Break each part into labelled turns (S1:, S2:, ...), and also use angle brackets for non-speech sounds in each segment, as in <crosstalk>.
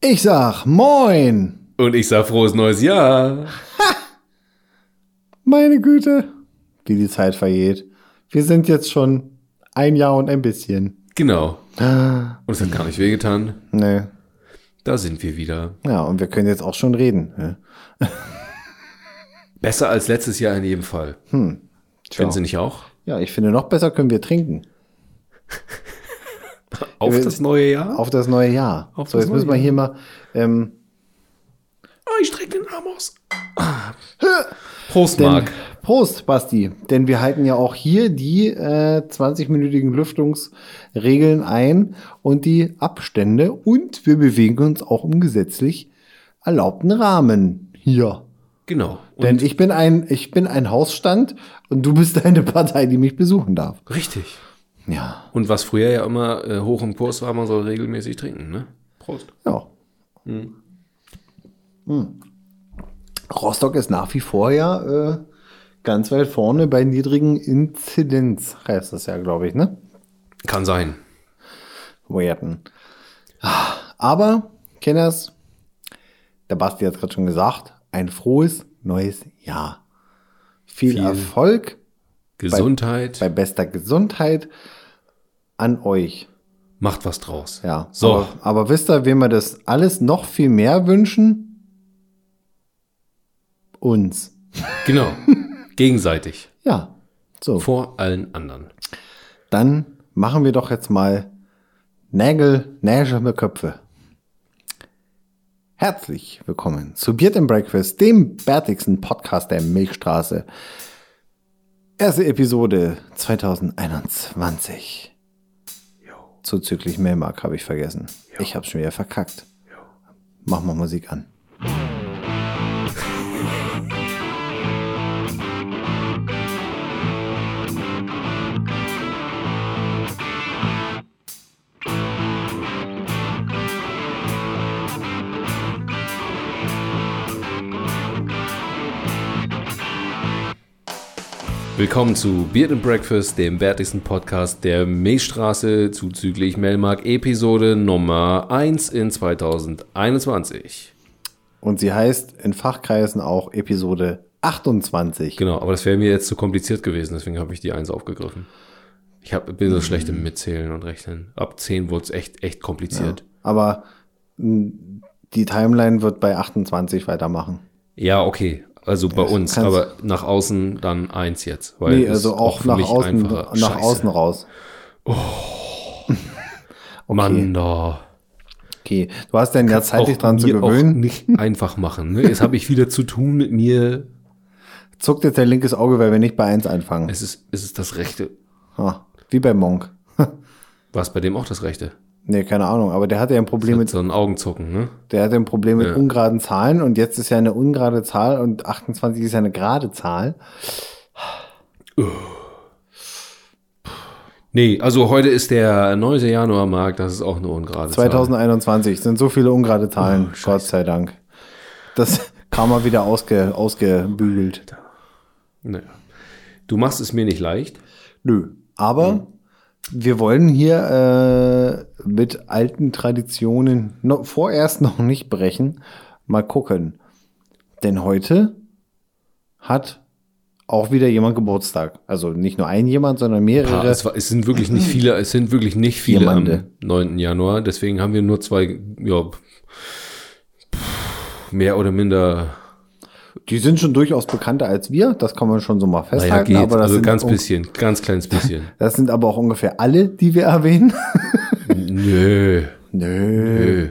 S1: Ich sag Moin.
S2: Und ich sag frohes neues Jahr.
S1: Meine Güte. Wie die Zeit vergeht. Wir sind jetzt schon ein Jahr und ein bisschen. <gasps>
S2: Genau.
S1: Ah,
S2: Und es hat gar nicht wehgetan.
S1: nee.
S2: Da sind wir wieder.
S1: Ja, und wir können jetzt auch schon reden. ne?
S2: Besser als letztes Jahr in jedem Fall.
S1: Ciao.
S2: Wenn Sie nicht auch?
S1: Ja, ich finde, noch besser können wir trinken.
S2: Auf
S1: Wir-
S2: das neue Jahr?
S1: Auf das neue Jahr.
S2: Auf
S1: so,
S2: das
S1: jetzt müssen wir
S2: neue
S1: hier mal. Ähm,
S2: Oh, ich strecke den Arm aus. Ah. Prost, Marc.
S1: Prost, Basti. Denn wir halten ja auch hier die äh, 20-minütigen Lüftungsregeln ein und die Abstände. Und wir bewegen uns auch im gesetzlich erlaubten Rahmen hier.
S2: Genau. Und
S1: Denn ich bin ein, ich bin ein Hausstand und du bist eine Partei, die mich besuchen darf.
S2: richtig.
S1: Ja.
S2: Und was früher ja immer äh, hoch im Kurs war, man soll regelmäßig trinken, ne? Prost.
S1: Ja. Hm. Rostock ist nach wie vor ja äh, ganz weit vorne bei niedrigen Inzidenz, heißt das ja, glaube ich, ne?
S2: Kann sein.
S1: Werten. Aber, Kenners, der Basti hat gerade schon gesagt, ein frohes neues Jahr. Viel,
S2: Viel-
S1: Erfolg
S2: Gesundheit.
S1: bei bester Gesundheit an euch.
S2: macht was draus.
S1: Ja.
S2: So.
S1: Aber, aber wisst ihr, wem wir das alles noch viel mehr wünschen? Uns. <laughs>
S2: Genau. Gegenseitig.
S1: Ja. So.
S2: Vor allen anderen.
S1: Dann machen wir doch jetzt mal Nägel, Nägel mit Köpfe. Herzlich willkommen zu Beard and Breakfast, dem bärtigsten Podcast der Milchstraße. Erste Episode 2021. Zuzüglich Melmark habe ich vergessen. Ich habe schon wieder verkackt. Machen wir Musik an.
S2: Willkommen zu Beard and Breakfast, dem wertigsten Podcast der Milchstraße zuzüglich Melmark Episode Nummer 1 in 2021.
S1: Und sie heißt in Fachkreisen auch Episode 28.
S2: Genau, aber das wäre mir jetzt zu kompliziert gewesen, deswegen habe ich die 1 aufgegriffen. Ich hab, bin so
S1: Mhm.
S2: schlecht im Mitzählen und Rechnen. Ab 10 wurde es echt, echt kompliziert.
S1: Aber m, die Timeline wird bei 28 weitermachen.
S2: Ja, okay. Also bei uns,
S1: kannst-
S2: aber nach außen dann 1 jetzt. Weil
S1: Nee,
S2: es
S1: also
S2: ist
S1: auch
S2: für
S1: nach
S2: mich
S1: außen,
S2: einfacher.
S1: nach
S2: Scheiße.
S1: außen raus.
S2: Mann, da.
S1: Okay, du hast dann ja zeitlich Halt dran zu
S2: mir Auch
S1: gewöhnen.
S2: nicht einfach machen. Ne? Jetzt habe ich wieder zu tun mit mir.
S1: Zuckt jetzt dein linkes Auge, weil wir nicht bei 1 anfangen.
S2: Es ist, es ist das Rechte.
S1: Ha, wie bei Monk.
S2: War es bei dem auch das Rechte?
S1: Nee, keine Ahnung, aber der hatte ja ein Problem
S2: Mit
S1: mit,
S2: so einem Augenzucken, ne?
S1: der hatte ein Problem mit
S2: Ja.
S1: ungeraden Zahlen und jetzt ist ja eine ungerade Zahl und 28 ist ja eine gerade Zahl.
S2: Nee, also heute ist der 9. Januar, Marc, das ist auch eine ungerade
S1: 2021 sind so viele ungerade
S2: Oh,
S1: Zahlen, Gott sei Dank. Das <laughs> Karma wieder ausge, ausgebügelt.
S2: Zahl. Naja. Du machst es mir nicht leicht.
S1: Nö, aber
S2: Hm.
S1: wir wollen hier äh, mit alten Traditionen no, vorerst noch nicht brechen. Mal gucken. Denn heute hat auch wieder jemand Geburtstag. Also nicht nur ein jemand, sondern
S2: Ja,
S1: mehrere.
S2: es, war, es sind wirklich nicht viele, es sind wirklich nicht viele
S1: Jemande.
S2: am 9. Januar. Deswegen haben wir nur zwei, ja, pff, mehr oder minder,
S1: Die sind schon durchaus bekannter als wir. Das kann man schon so mal
S2: naja,
S1: festhalten.
S2: geht.
S1: aber das,
S2: also
S1: sind
S2: ganz
S1: un-
S2: bisschen, ganz
S1: <laughs>
S2: kleines bisschen.
S1: das sind aber auch ungefähr alle, die wir erwähnen. <laughs>
S2: Nö.
S1: nö,
S2: Nö.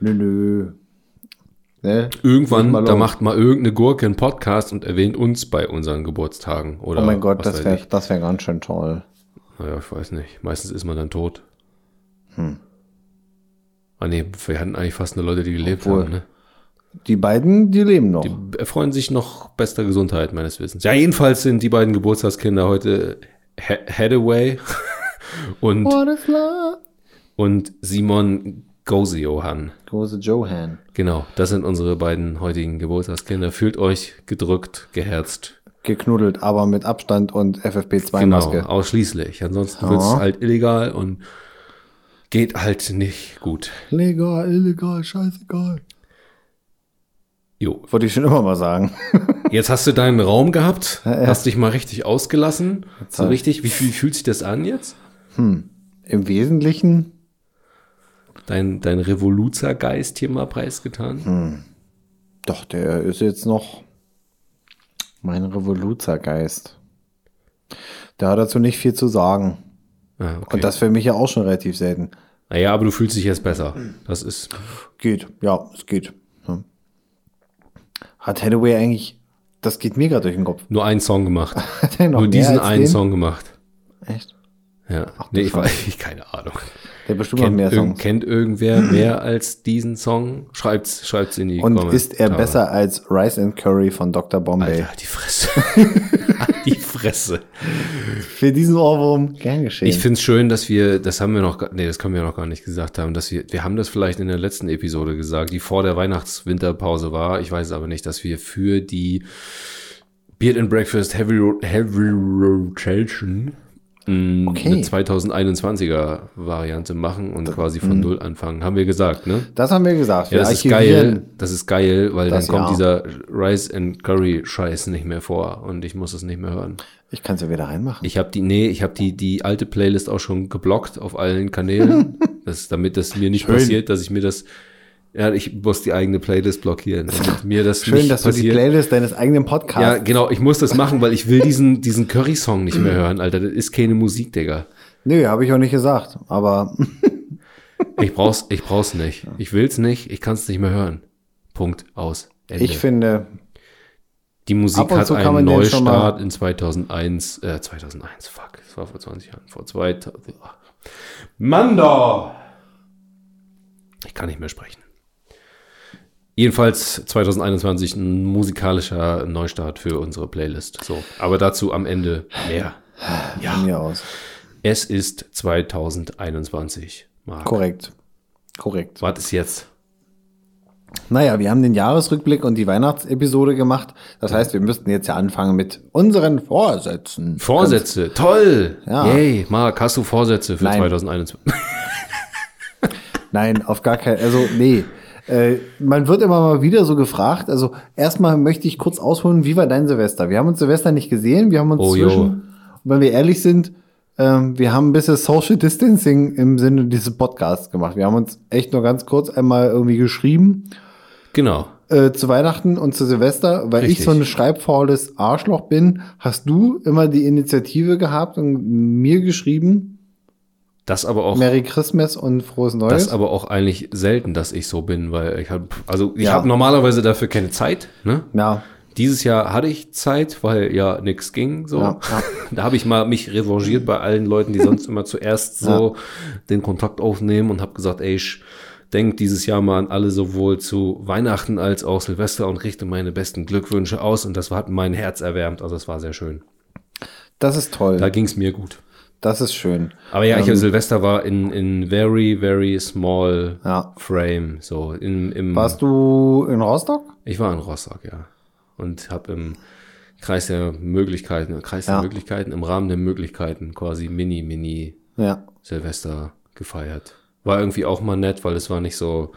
S1: nö, nö. Ne?
S2: Irgendwann,
S1: Mal
S2: da
S1: los.
S2: macht mal irgendeine Gurke einen Podcast und erwähnt uns bei unseren Geburtstagen.
S1: Oh
S2: Oder
S1: mein Gott,
S2: was
S1: das
S2: weiß
S1: wäre
S2: ich.
S1: das wär ganz schön toll.
S2: Naja, ich weiß nicht. Meistens ist man dann tot. Hm. Ah nee, wir hatten eigentlich fast nur Leute, die gelebt
S1: Obwohl.
S2: haben. Ne?
S1: Die beiden, die leben noch.
S2: Die erfreuen sich noch bester Gesundheit, meines Wissens. Ja, jedenfalls sind die beiden Geburtstagskinder heute Ha- Hathaway <laughs> und,
S1: What is love?
S2: und Simon Gosiohan.
S1: Große Johan.
S2: Genau, das sind unsere beiden heutigen Geburtstagskinder. Fühlt euch gedrückt, geherzt.
S1: Geknuddelt, aber mit Abstand und
S2: Genau,
S1: FFP2-Maske.
S2: ausschließlich. Ansonsten wird's wird es halt illegal und Geht halt nicht gut.
S1: Legal, illegal, scheißegal.
S2: Jo.
S1: Wollte ich schon immer mal sagen.
S2: Jetzt hast du deinen Raum gehabt,
S1: Ja, ja.
S2: hast dich mal richtig ausgelassen. So
S1: hab ich-
S2: richtig. Wie, wie fühlt sich das an jetzt?
S1: Im Wesentlichen,
S2: Dein, dein Revoluzer-Geist hier mal preisgetan?
S1: Hm. doch, der ist jetzt noch mein Revoluzergeist. Da hat dazu nicht viel zu sagen.
S2: Ah, okay.
S1: Und das für mich ja auch schon relativ selten.
S2: naja, aber du fühlst dich jetzt besser.
S1: Hm.
S2: Das ist.
S1: Geht, ja, es geht. Ja. Hat Hathaway eigentlich, das geht mir gerade durch den Kopf. <laughs>
S2: Nur einen Song gemacht.
S1: Hat er noch
S2: Nur
S1: mehr
S2: diesen
S1: als
S2: einen
S1: den?
S2: Song gemacht.
S1: Echt?
S2: Ja. nee, ich
S1: Scheiße.
S2: weiß, <laughs> ich keine Ahnung.
S1: Der hat bestimmt noch
S2: Kennt,
S1: mehr
S2: irg
S1: Songs.
S2: kennt irgendwer
S1: <laughs>
S2: mehr als diesen Song? Schreibt's, schreibt's in die
S1: Und
S2: Kommentare.
S1: ist er besser als Rice and Curry von Dr. Bombay?
S2: Alter, die Fresse. <laughs> die Fresse.
S1: Für diesen Ohrwurm gern geschehen.
S2: Ich finde es schön, dass wir, das haben wir noch, gar- nee, das können wir noch gar nicht gesagt haben, dass wir, wir haben das vielleicht in der letzten Episode gesagt, die vor der Weihnachtswinterpause war. Ich weiß es aber nicht, dass wir für die Beard and Breakfast Heavy, Ro- Heavy Rotation mh,
S1: Okay.
S2: eine 2021er Variante machen und quasi von Null anfangen. Haben wir gesagt, ne?
S1: das haben wir gesagt. hm.
S2: Ja,
S1: Wir
S2: das ist
S1: archivieren.
S2: geil. Das ist geil, weil
S1: Das
S2: dann kommt
S1: Jahr.
S2: dieser Rice and Curry Scheiß nicht mehr vor und ich muss es nicht mehr hören.
S1: Ich kann es ja wieder reinmachen.
S2: Ich habe die, nee, ich habe die, die alte Playlist auch schon geblockt auf
S1: <laughs>
S2: allen Kanälen, das, damit das mir nicht
S1: Schön.
S2: passiert, dass ich mir das, ja, ich muss die eigene Playlist blockieren.
S1: <laughs>
S2: damit mir das
S1: Schön,
S2: nicht
S1: dass du die
S2: passiert.
S1: Playlist deines eigenen
S2: ja,
S1: Podcasts.
S2: genau, ich muss das machen, weil ich will diesen, diesen Curry-Song
S1: <laughs>
S2: nicht mehr hören, Alter. Das ist keine Musik, Digga.
S1: Nö, habe ich auch nicht gesagt. Aber
S2: Ich brauch's, ich brauch's nicht. Ich will's nicht, ich kann's nicht mehr hören. Punkt, aus, Ende.
S1: ich finde,
S2: Die
S1: Ab
S2: Musik
S1: und
S2: hat
S1: zu kann
S2: einen
S1: man den schon mal-
S2: Neustart in 2001, äh, 2001, fuck, das war vor 20 Jahren, vor 2000. ah. Mann doch! Ich kann nicht mehr sprechen. Jedenfalls 2021 ein musikalischer Neustart für unsere Playlist. So, aber dazu am Ende mehr.
S1: von mir aus.
S2: Es ist 2021, Marc.
S1: Korrekt. Korrekt.
S2: Was ist jetzt?
S1: Naja, wir haben den Jahresrückblick und die Weihnachtsepisode gemacht. Das heißt, wir müssten jetzt ja anfangen mit unseren Vorsätzen.
S2: Vorsätze, toll!
S1: Ja.
S2: Yay, Marc, hast du Vorsätze für
S1: Nein.
S2: 2021?
S1: Nein, auf gar keinen Also, nee. Äh, man wird immer mal wieder so gefragt. Also, erstmal möchte ich kurz ausholen, wie war dein Silvester? Wir haben uns Silvester nicht gesehen, wir haben uns
S2: Oh, jo.
S1: zwischen. Und wenn wir ehrlich sind, ähm, wir haben ein bisschen Social Distancing im Sinne dieses Podcasts gemacht. Wir haben uns echt nur ganz kurz einmal irgendwie geschrieben.
S2: Genau.
S1: äh, zu Weihnachten und zu Silvester, weil
S2: Richtig.
S1: ich so ein schreibfaules Arschloch bin, hast du immer die Initiative gehabt und mir geschrieben,
S2: Das aber auch
S1: Merry Christmas und frohes
S2: Das
S1: Neues.
S2: aber auch eigentlich selten, dass ich so bin, weil ich habe, also ich
S1: Ja.
S2: habe normalerweise dafür keine Zeit. Ne?
S1: ja,
S2: Dieses Jahr hatte ich Zeit, weil ja nichts ging. So,
S1: Ja, ja.
S2: <laughs> da habe ich mal mich revanchiert bei allen Leuten, die sonst immer zuerst so den Kontakt aufnehmen und habe gesagt, ey, ich denk dieses Jahr mal an alle sowohl zu Weihnachten als auch Silvester und richte meine besten Glückwünsche aus und das hat mein Herz erwärmt. Also es war sehr schön.
S1: das ist toll.
S2: Da ging es mir gut.
S1: das ist schön.
S2: Aber ja, ich
S1: Ähm.
S2: hab- Silvester war in, in very, very small
S1: Ja.
S2: frame. So in, im
S1: Warst du in Rostock?
S2: Ich war in Rostock, ja. Und habe im Kreis der Möglichkeiten, Kreis der
S1: Ja.
S2: Möglichkeiten, im Rahmen der Möglichkeiten quasi mini, mini
S1: Ja.
S2: Silvester gefeiert. War irgendwie auch mal nett, weil es war nicht so,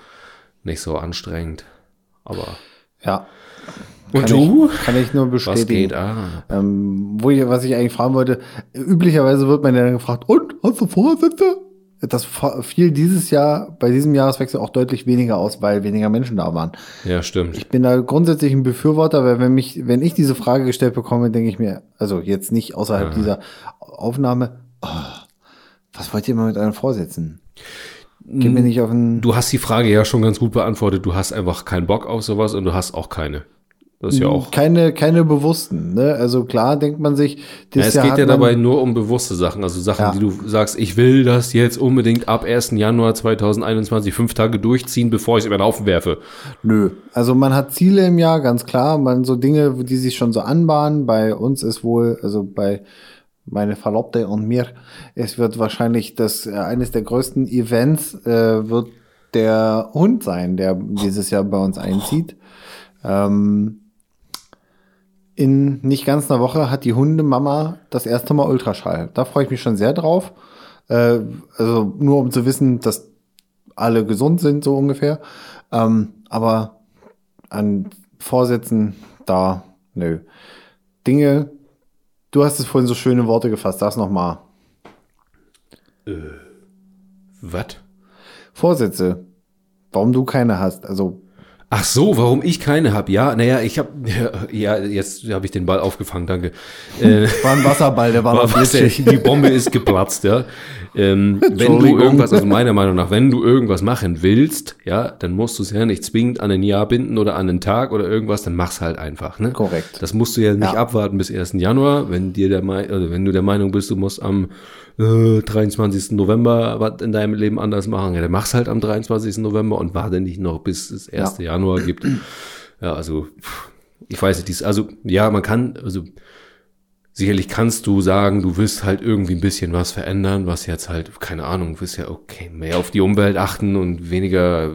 S2: nicht so anstrengend. Aber
S1: Ja.
S2: Und
S1: Kann
S2: du?
S1: Ich, kann ich nur
S2: was geht Ah,
S1: bestätigen.
S2: ab?
S1: Ähm, wo ich, was ich eigentlich fragen wollte, üblicherweise wird man ja dann gefragt, und, hast du Vorsätze? Das fa- fiel dieses Jahr, bei diesem Jahreswechsel auch deutlich weniger aus, weil weniger Menschen da waren.
S2: Ja, stimmt.
S1: Ich bin da grundsätzlich ein Befürworter, weil wenn mich, wenn ich diese Frage gestellt bekomme, denke ich mir, also jetzt nicht außerhalb dieser Aufnahme, oh, was wollt ihr immer mit einem vorsetzen? Geh
S2: Mhm.
S1: mir nicht auf den.
S2: Hm, Du hast die Frage ja schon ganz gut beantwortet. Du hast einfach keinen Bock auf sowas und du hast auch keine. Das ist
S1: Hm.
S2: ja auch.
S1: Keine, keine bewussten, ne? Also klar denkt man sich,
S2: Ja,
S1: das
S2: es geht
S1: hat
S2: ja
S1: man-
S2: dabei nur um bewusste Sachen, also Sachen,
S1: Ja.
S2: die du sagst, ich will das jetzt unbedingt ab 1. Januar 2021 fünf Tage durchziehen, bevor ich es über den Haufen werfe.
S1: Nö. Also man hat Ziele im Jahr, ganz klar. Man so Dinge, die sich schon so anbahnen. Bei uns ist wohl, also bei meine Verlobte und mir, es wird wahrscheinlich das äh, eines der größten Events äh, wird der Hund sein, der dieses Jahr bei uns einzieht. Ähm, in nicht ganz einer Woche hat die Hundemama das erste Mal Ultraschall. Da freue ich mich schon sehr drauf. Äh, also nur um zu wissen, dass alle gesund sind, so ungefähr. Ähm, aber an Vorsätzen, da, nö. Dinge, du hast es vorhin so schöne Worte gefasst, das nochmal.
S2: Was?
S1: Vorsätze. Warum du keine hast. Also,
S2: Ach so, warum ich keine habe? Ja, naja, ich habe <laughs> ja jetzt habe ich den Ball
S1: <laughs>
S2: aufgefangen, danke. Äh,
S1: war ein Wasserball, der
S2: <laughs>
S1: war,
S2: aber
S1: noch
S2: was denn?
S1: glitschig.
S2: die Bombe ist geplatzt, ja.
S1: <laughs>
S2: Ähm, wenn du
S1: Entschuldigung.
S2: irgendwas, also meiner Meinung nach, wenn du irgendwas machen willst, ja, dann musst du es ja nicht zwingend an ein Jahr binden oder an einen Tag oder irgendwas, dann mach's halt einfach. Ne?
S1: Korrekt.
S2: Das musst du ja nicht
S1: Ja.
S2: abwarten bis 1. Januar, wenn dir der Mei- also wenn du der Meinung bist, du musst am äh, 23. November was in deinem Leben anders machen, ja, dann mach's halt am 23. November und warte nicht noch bis es 1. Januar gibt. Ja, also pff, ich weiß nicht, dies, also ja, man kann, also sicherlich kannst du sagen, du willst halt irgendwie ein bisschen was verändern, was jetzt halt, keine Ahnung, du willst ja okay, mehr auf die Umwelt achten und weniger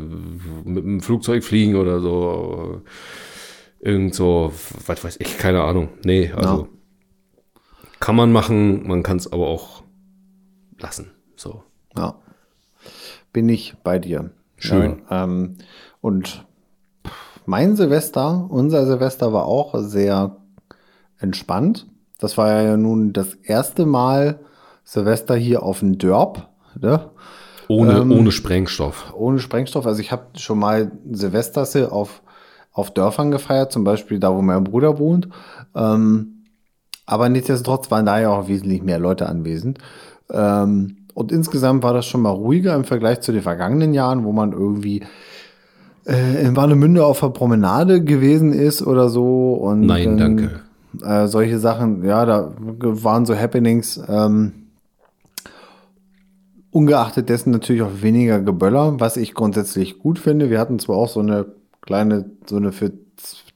S2: mit dem Flugzeug fliegen oder so. Irgend so, was weiß ich, keine Ahnung. Nee, also
S1: Ja.
S2: kann man machen, man kann es aber auch lassen. So.
S1: Ja. Bin ich bei dir.
S2: Schön.
S1: Ja, ähm, und mein Silvester, unser Silvester war auch sehr entspannt. Das war ja nun das erste Mal Silvester hier auf dem Dörp, ne?
S2: Ohne,
S1: Ähm,
S2: ohne Sprengstoff.
S1: ohne Sprengstoff. Also ich habe schon mal Silvester auf, auf Dörfern gefeiert, zum Beispiel da, wo mein Bruder wohnt. Ähm, aber nichtsdestotrotz waren da ja auch wesentlich mehr Leute anwesend. Ähm, und insgesamt war das schon mal ruhiger im Vergleich zu den vergangenen Jahren, wo man irgendwie äh, in Warnemünde auf der Promenade gewesen ist oder so. Und,
S2: Nein,
S1: ähm,
S2: danke.
S1: äh, solche Sachen, ja, da waren so Happenings. Ähm, ungeachtet dessen natürlich auch weniger Geböller, was ich grundsätzlich gut finde. Wir hatten zwar auch so eine kleine, so eine für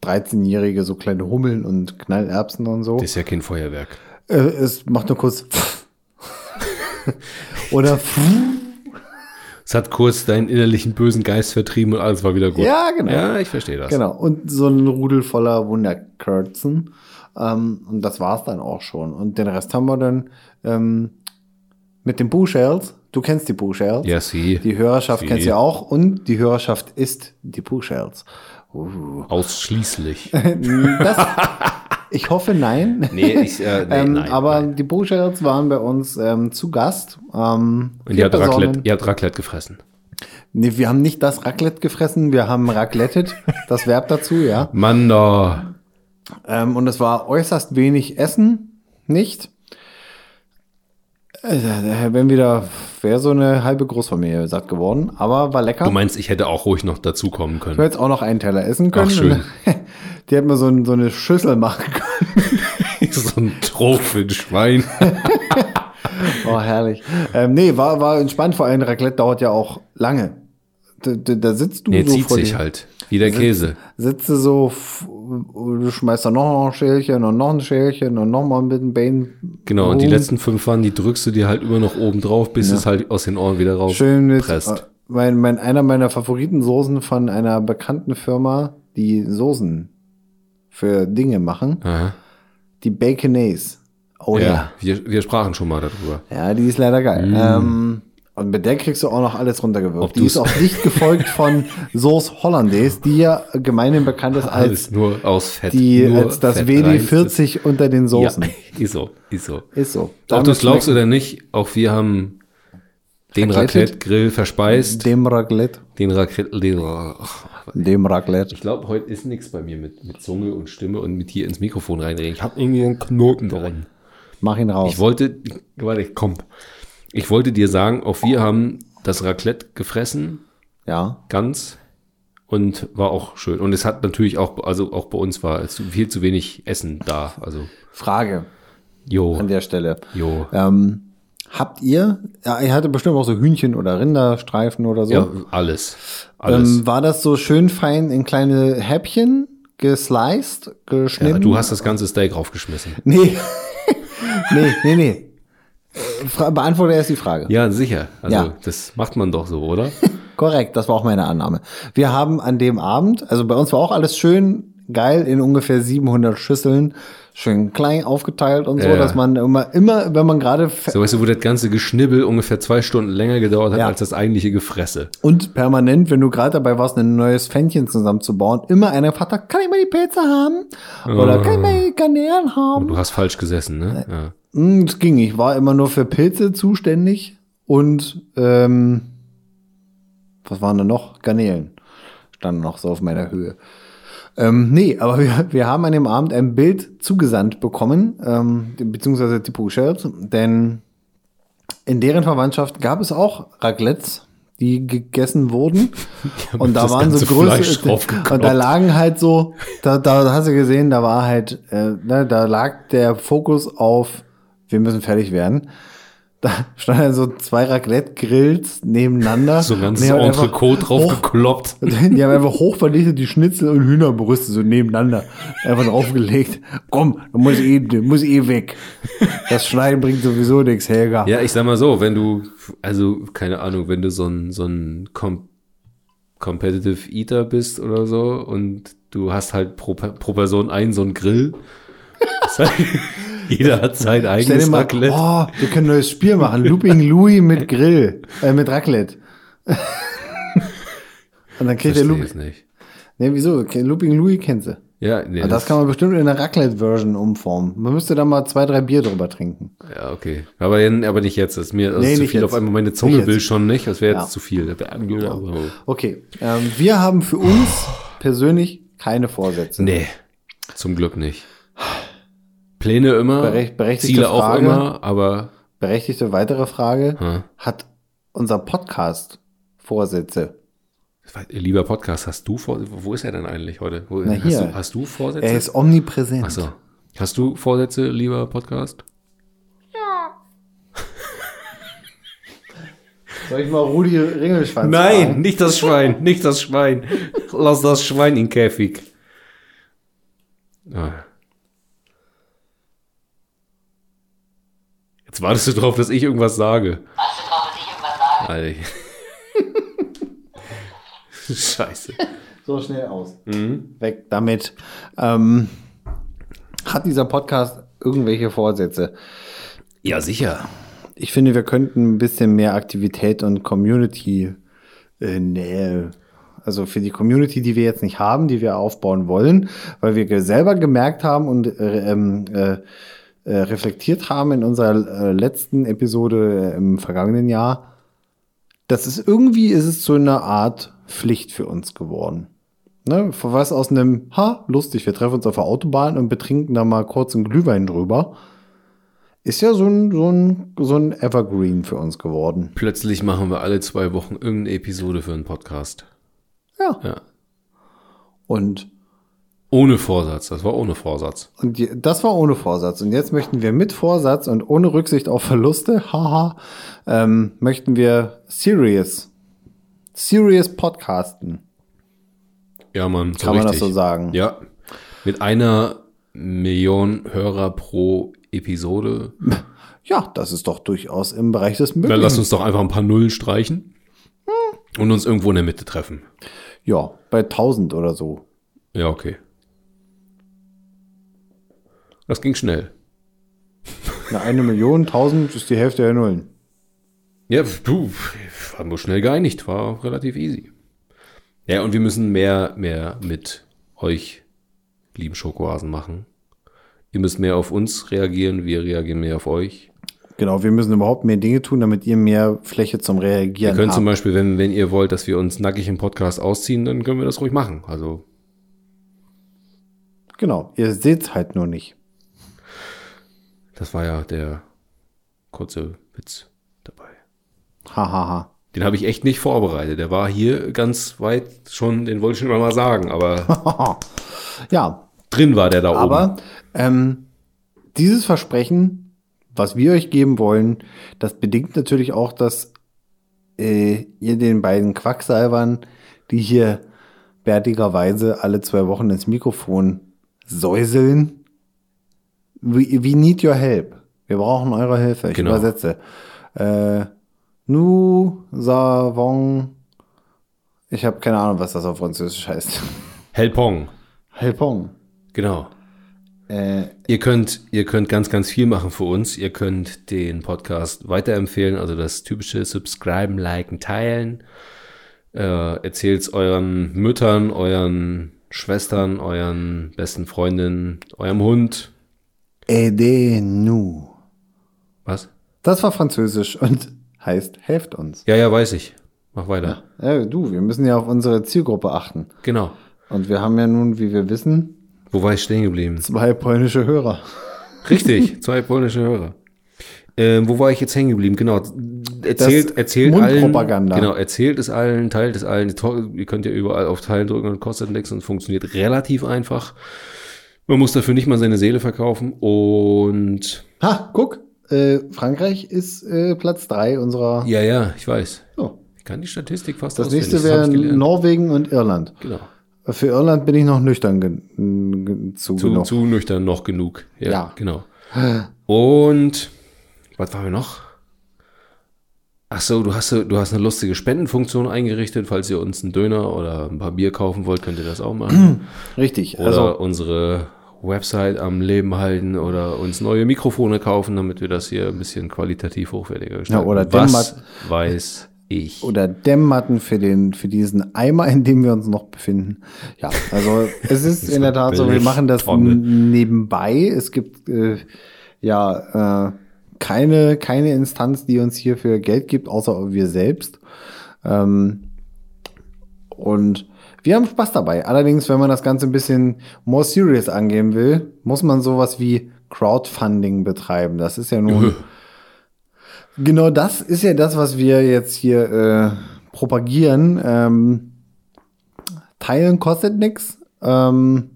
S1: 13-Jährige, so kleine Hummeln und Knallerbsen und so.
S2: Das ist ja kein Feuerwerk.
S1: Äh, es macht nur
S2: <laughs>
S1: kurz. Oder
S2: Es hat kurz deinen innerlichen bösen Geist vertrieben und alles war wieder gut.
S1: Ja, genau.
S2: Ja, ich verstehe das.
S1: Genau, und so ein Rudel voller Wunderkerzen. Ähm, und das war's dann auch schon. Und den Rest haben wir dann ähm, mit den Pooh-Shells. Du kennst die Pooh-Shells.
S2: Ja, sie.
S1: Die Hörerschaft
S2: Sie.
S1: kennt sie auch. Und die Hörerschaft ist die Pooh-Shells.
S2: Ausschließlich.
S1: Das,
S2: <laughs>
S1: ich hoffe, nein.
S2: nee, ich, äh, nee,
S1: <laughs> ähm,
S2: nein,
S1: aber
S2: nein.
S1: die Pooh-Shells waren bei uns ähm, zu Gast. Ähm,
S2: Und ihr habt,
S1: vier Personen.
S2: Raclette, ihr habt Raclette gefressen.
S1: Nee, wir haben nicht das Raclette gefressen, wir haben
S2: <laughs>
S1: raclettet. das Verb dazu, ja.
S2: Mann, da.
S1: Ähm, und es war äußerst wenig Essen, nicht? Äh, äh, Wenn wieder, wäre so eine halbe Großfamilie satt geworden, aber war lecker.
S2: Du meinst, ich hätte auch ruhig noch dazukommen
S1: Ich hätte
S2: können.
S1: jetzt auch noch einen Teller essen können.
S2: Ach, schön.
S1: <laughs> Die hätten wir so, ein, so eine Schüssel machen können.
S2: <laughs> so ein Trophenschwein.
S1: Oh, herrlich. Ähm, nee, war, war entspannt, vor allem Raclette dauert ja auch lange. Da, da, da sitzt du
S2: <laughs> Nee,
S1: so
S2: zieht
S1: vor
S2: sich
S1: dir.
S2: halt. Wie der Käse.
S1: sitze so, f- du schmeißt da noch ein Schälchen und noch ein Schälchen und noch mal ein bisschen Bane.
S2: Genau, und die
S1: Boom.
S2: letzten fünf waren, die drückst du dir halt immer noch oben drauf, bis es halt aus den Ohren wieder raus
S1: Schön mit äh,
S2: presst.
S1: mein, mein, einer meiner Favoritensoßen von einer bekannten Firma, die Soßen für Dinge machen,
S2: Aha.
S1: die Baconaise. Oh
S2: Ja, wir, wir sprachen schon mal darüber.
S1: ja. Ja, die ist leider geil. Ähm, und mit der kriegst du auch noch alles runtergewürgt.
S2: Mm. Ob
S1: die
S2: du's-
S1: ist auch nicht gefolgt
S2: <laughs>
S1: von Sauce Hollandaise, die ja gemeinhin bekannt ist als,
S2: Alles nur aus Fett.
S1: die,
S2: nur
S1: als das
S2: Fett reinstes-
S1: WD40 unter den Soßen.
S2: Ja, <laughs> ist so, ist so.
S1: Ist so.
S2: Ob du es glaubst
S1: schmeckt
S2: oder nicht, auch wir haben den
S1: Raclettet?
S2: Raclette-Grill verspeist.
S1: Dem Raclette.
S2: Den Raclette. Den, Oh. ach,
S1: Dem Raclette.
S2: Ich glaube, heute ist nichts bei mir mit, mit Zunge und Stimme und mit hier ins Mikrofon reinreden. Ich habe irgendwie einen Knoten drin.
S1: Mach ihn raus.
S2: Ich wollte, warte, ich komm. Ich wollte dir sagen, auch wir haben das Raclette gefressen,
S1: ja.
S2: ganz und war auch schön. Und es hat natürlich auch, also auch bei uns war es viel zu wenig Essen da. Also
S1: Frage an
S2: jo,
S1: der Stelle.
S2: jo.
S1: Ähm, habt ihr, ja, ihr hattet bestimmt auch so Hühnchen oder Rinderstreifen oder so.
S2: Ja, alles, alles.
S1: ähm, war das so schön fein in kleine Häppchen gesliced, geschnitten?
S2: ja, du hast das ganze Steak raufgeschmissen.
S1: Nee. <laughs> nee, nee, nee. Äh, Fra beantworte erst die Frage.
S2: Ja, sicher. Also
S1: Ja.
S2: das macht man doch so, <laughs> oder?
S1: Korrekt, das war auch meine Annahme. Wir haben an dem Abend, also bei uns war auch alles schön geil in ungefähr 700 Schüsseln, schön klein aufgeteilt und so,
S2: Ja.
S1: dass man immer, immer, wenn man gerade fe-
S2: So, weißt du, wo das ganze Geschnibbel ungefähr zwei Stunden länger gedauert hat
S1: Ja.
S2: als das eigentliche Gefresse.
S1: und permanent, wenn du gerade dabei warst, ein neues Fännchen zusammenzubauen, immer einer Vater, kann ich mal die Pilze haben? Oder kann ich mal die Garnelen haben?
S2: Oh. Und du hast falsch gesessen, ne? Ja.
S1: Hm, Es ging. Ich war immer nur für Pilze zuständig und ähm, was waren da noch? Garnelen standen noch so auf meiner Höhe. Ähm, nee, aber wir, wir haben an dem Abend ein Bild zugesandt bekommen, ähm, beziehungsweise Tipo Scherz, denn in deren Verwandtschaft gab es auch Raclettes, die gegessen
S2: <laughs>
S1: wurden. und da
S2: das
S1: waren so
S2: ganze Fleisch
S1: Größe.
S2: draufgekocht.
S1: Und da lagen halt so, da, da hast du gesehen, da war halt, äh, ne, da lag der Fokus auf, wir müssen fertig werden. Da standen halt so zwei Raclette-Grills nebeneinander.
S2: So ein
S1: Und
S2: ganzes
S1: die haben einfach
S2: Entrecote
S1: hoch-
S2: draufgekloppt.
S1: <laughs> die haben einfach hochverdichtet die Schnitzel und Hühnerbrüste so nebeneinander einfach draufgelegt. Komm, du musst eh, du musst eh weg. Das Schneiden bringt sowieso nichts, Helga.
S2: Ja, ich sag mal so, wenn du, also keine Ahnung, wenn du so ein, so ein Com Competitive Eater bist oder so und du hast halt pro, Pe- pro Person einen so einen Grill. Ist halt- <laughs> Jeder hat
S1: Stell
S2: sein
S1: dir
S2: eigenes
S1: mal,
S2: Raclette.
S1: oh, wir können ein neues Spiel machen. Looping Louis mit Grill, äh, mit Raclette. und dann kriegt der
S2: Versteh
S1: Looping,
S2: es nicht.
S1: ne, wieso? Looping Louis kennst du.
S2: Ja, nee,
S1: Aber Ah, das kann man bestimmt in der Raclette-Version umformen. Man müsste da mal zwei, drei Bier drüber trinken.
S2: Ja, okay. Aber, aber nicht jetzt. Das ist mir das
S1: Nee,
S2: ist zu
S1: nicht
S2: viel
S1: jetzt.
S2: auf einmal. Meine
S1: Nicht
S2: Zunge
S1: jetzt.
S2: will schon nicht. Das wäre jetzt
S1: Ja.
S2: zu viel. Aber-
S1: Okay, ähm, wir haben für uns persönlich keine Vorsätze.
S2: Nee, zum Glück nicht. Pläne immer,
S1: Berech- berechtigte
S2: Ziele auch
S1: Frage.
S2: immer, aber
S1: Berechtigte weitere Frage.
S2: hm,
S1: Hat unser Podcast Vorsätze?
S2: lieber Podcast, hast du Vorsätze? Wo ist er denn eigentlich heute? Wo,
S1: Na,
S2: hast,
S1: hier.
S2: Du, hast du Vorsätze?
S1: Er ist omnipräsent.
S2: Ach so. Hast du Vorsätze, lieber Podcast?
S1: Soll ich mal Rudi Ringelschwanz fragen?
S2: nicht das Schwein, nicht das Schwein. Lass das Schwein in Käfig. Ah. Jetzt wartest du drauf, dass ich irgendwas sage.
S3: Hast du drauf, dass ich irgendwas sage?
S2: Alter. <laughs> Scheiße.
S1: So schnell aus.
S2: Mhm.
S1: Weg damit. Ähm, hat dieser Podcast irgendwelche Vorsätze?
S2: Ja, sicher.
S1: Ich finde, wir könnten ein bisschen mehr Aktivität und Community äh, Nähe. Also für die Community, die wir jetzt nicht haben, die wir aufbauen wollen, weil wir ge- selber gemerkt haben und äh, ähm, äh, äh, reflektiert haben in unserer äh, letzten Episode äh, im vergangenen Jahr, das ist irgendwie ist es so eine Art Pflicht für uns geworden. Ne? Von Was aus einem, ha, lustig, wir treffen uns auf der Autobahn und betrinken da mal kurz einen Glühwein drüber, ist ja so ein, so ein, so ein Evergreen für uns geworden.
S2: Plötzlich machen wir alle zwei Wochen irgendeine Episode für einen Podcast.
S1: Ja.
S2: Ja.
S1: Und
S2: Ohne Vorsatz. Das war ohne Vorsatz.
S1: Und je- das war ohne Vorsatz. Und jetzt möchten wir mit Vorsatz und ohne Rücksicht auf Verluste, <laughs> haha, ähm, möchten wir serious, serious podcasten.
S2: Ja, Mann. So
S1: Kann man das
S2: richtig.
S1: so sagen?
S2: Ja. Mit einer Million Hörer pro Episode.
S1: Ja, das ist doch durchaus im Bereich des
S2: Dann lass
S1: Möglichen.
S2: uns doch einfach ein paar Nullen streichen und uns irgendwo in der Mitte treffen.
S1: Ja, bei 1000 oder so.
S2: Ja, okay. Das ging schnell.
S1: Eine, eine Million, 1000 ist die Hälfte der Nullen.
S2: Ja, pf, du, pf, haben wir schnell geeinigt, war relativ easy. Ja, und wir müssen mehr, mehr mit euch, lieben Schokoasen, machen. Ihr müsst mehr auf uns reagieren, wir reagieren mehr auf euch.
S1: Genau, wir müssen überhaupt mehr Dinge tun, damit ihr mehr Fläche zum Reagieren
S2: Wir können
S1: habt.
S2: zum Beispiel, wenn, wenn ihr wollt, dass wir uns nackig im Podcast ausziehen, dann können wir das ruhig machen. Also,
S1: genau, ihr seht's halt nur nicht.
S2: das war ja der kurze Witz dabei.
S1: Hahaha.
S2: Den habe ich echt nicht vorbereitet. Der war hier ganz weit schon, den wollte ich schon immer mal sagen, aber
S1: ja,
S2: drin war der da oben.
S1: Aber ähm, dieses Versprechen, was wir euch geben wollen, das bedingt natürlich auch, dass äh, ihr den beiden Quacksalbern, die hier bärtigerweise alle zwei Wochen ins Mikrofon säuseln, we, we need your help. Wir brauchen eure Hilfe. Ich
S2: Genau.
S1: übersetze. Äh, nous avons. Ich habe keine Ahnung, was das auf Französisch heißt. <laughs>
S2: Helpong.
S1: Halpong.
S2: Genau.
S1: Äh,
S2: Ihr könnt, ihr könnt ganz, ganz viel machen für uns. Ihr könnt den Podcast weiterempfehlen, also das typische Subscriben, Liken, Teilen. Äh, erzählt's euren Müttern, euren Schwestern, euren besten Freundinnen, eurem Hund.
S1: Edenu.
S2: Was?
S1: Das war französisch und <laughs> heißt helft uns.
S2: Ja, ja, weiß ich. Mach weiter.
S1: Äh, du, wir müssen ja auf unsere Zielgruppe achten.
S2: Genau.
S1: Und wir haben ja nun, wie wir wissen,
S2: Wo war ich stehen geblieben?
S1: zwei polnische Hörer.
S2: Richtig, zwei polnische Hörer. Ähm, wo war ich jetzt hängen geblieben? Genau. Erzählt,
S1: Das
S2: erzählt allen.
S1: Mundpropaganda.
S2: Genau, erzählt es allen, teilt es allen. To- Ihr könnt ja überall auf Teilen drücken und kostet nichts und funktioniert relativ einfach. Man muss dafür nicht mal seine Seele verkaufen und
S1: Ha, guck, äh, Frankreich ist äh, Platz drei unserer.
S2: ja, ja, ich weiß.
S1: So.
S2: Ich kann die Statistik fast
S1: Das
S2: auswendig,
S1: nächste
S2: hab
S1: wäre
S2: ich gelernt.
S1: Norwegen und Irland.
S2: Genau.
S1: Für Irland bin ich noch nüchtern gen- gen- zu,
S2: Zu,
S1: genug.
S2: zu nüchtern noch genug. Ja,
S1: Ja.
S2: genau. Und was waren wir noch? Ach so, du hast, du hast eine lustige Spendenfunktion eingerichtet. Falls ihr uns einen Döner oder ein paar Bier kaufen wollt, könnt ihr das auch machen.
S1: <sighs> Richtig. <clears throat>
S2: Oder
S1: also
S2: unsere Website am Leben halten oder uns neue Mikrofone kaufen, damit wir das hier ein bisschen qualitativ hochwertiger gestalten.
S1: oder
S2: Was
S1: Denmark-
S2: weiß ich.
S1: oder Dämmmatten für den für diesen Eimer, in dem wir uns noch befinden. Ja, also es ist in der Tat so, wir machen das
S2: Blechtonne.
S1: n- nebenbei. Es gibt äh, ja äh, keine keine Instanz, die uns hierfür Geld gibt, außer wir selbst. Ähm, und wir haben Spaß dabei. Allerdings, wenn man das Ganze ein bisschen more serious angehen will, muss man sowas wie Crowdfunding betreiben. Das ist ja nun Genau das ist ja das, was wir jetzt hier äh, propagieren. Ähm, teilen kostet nichts. Ähm,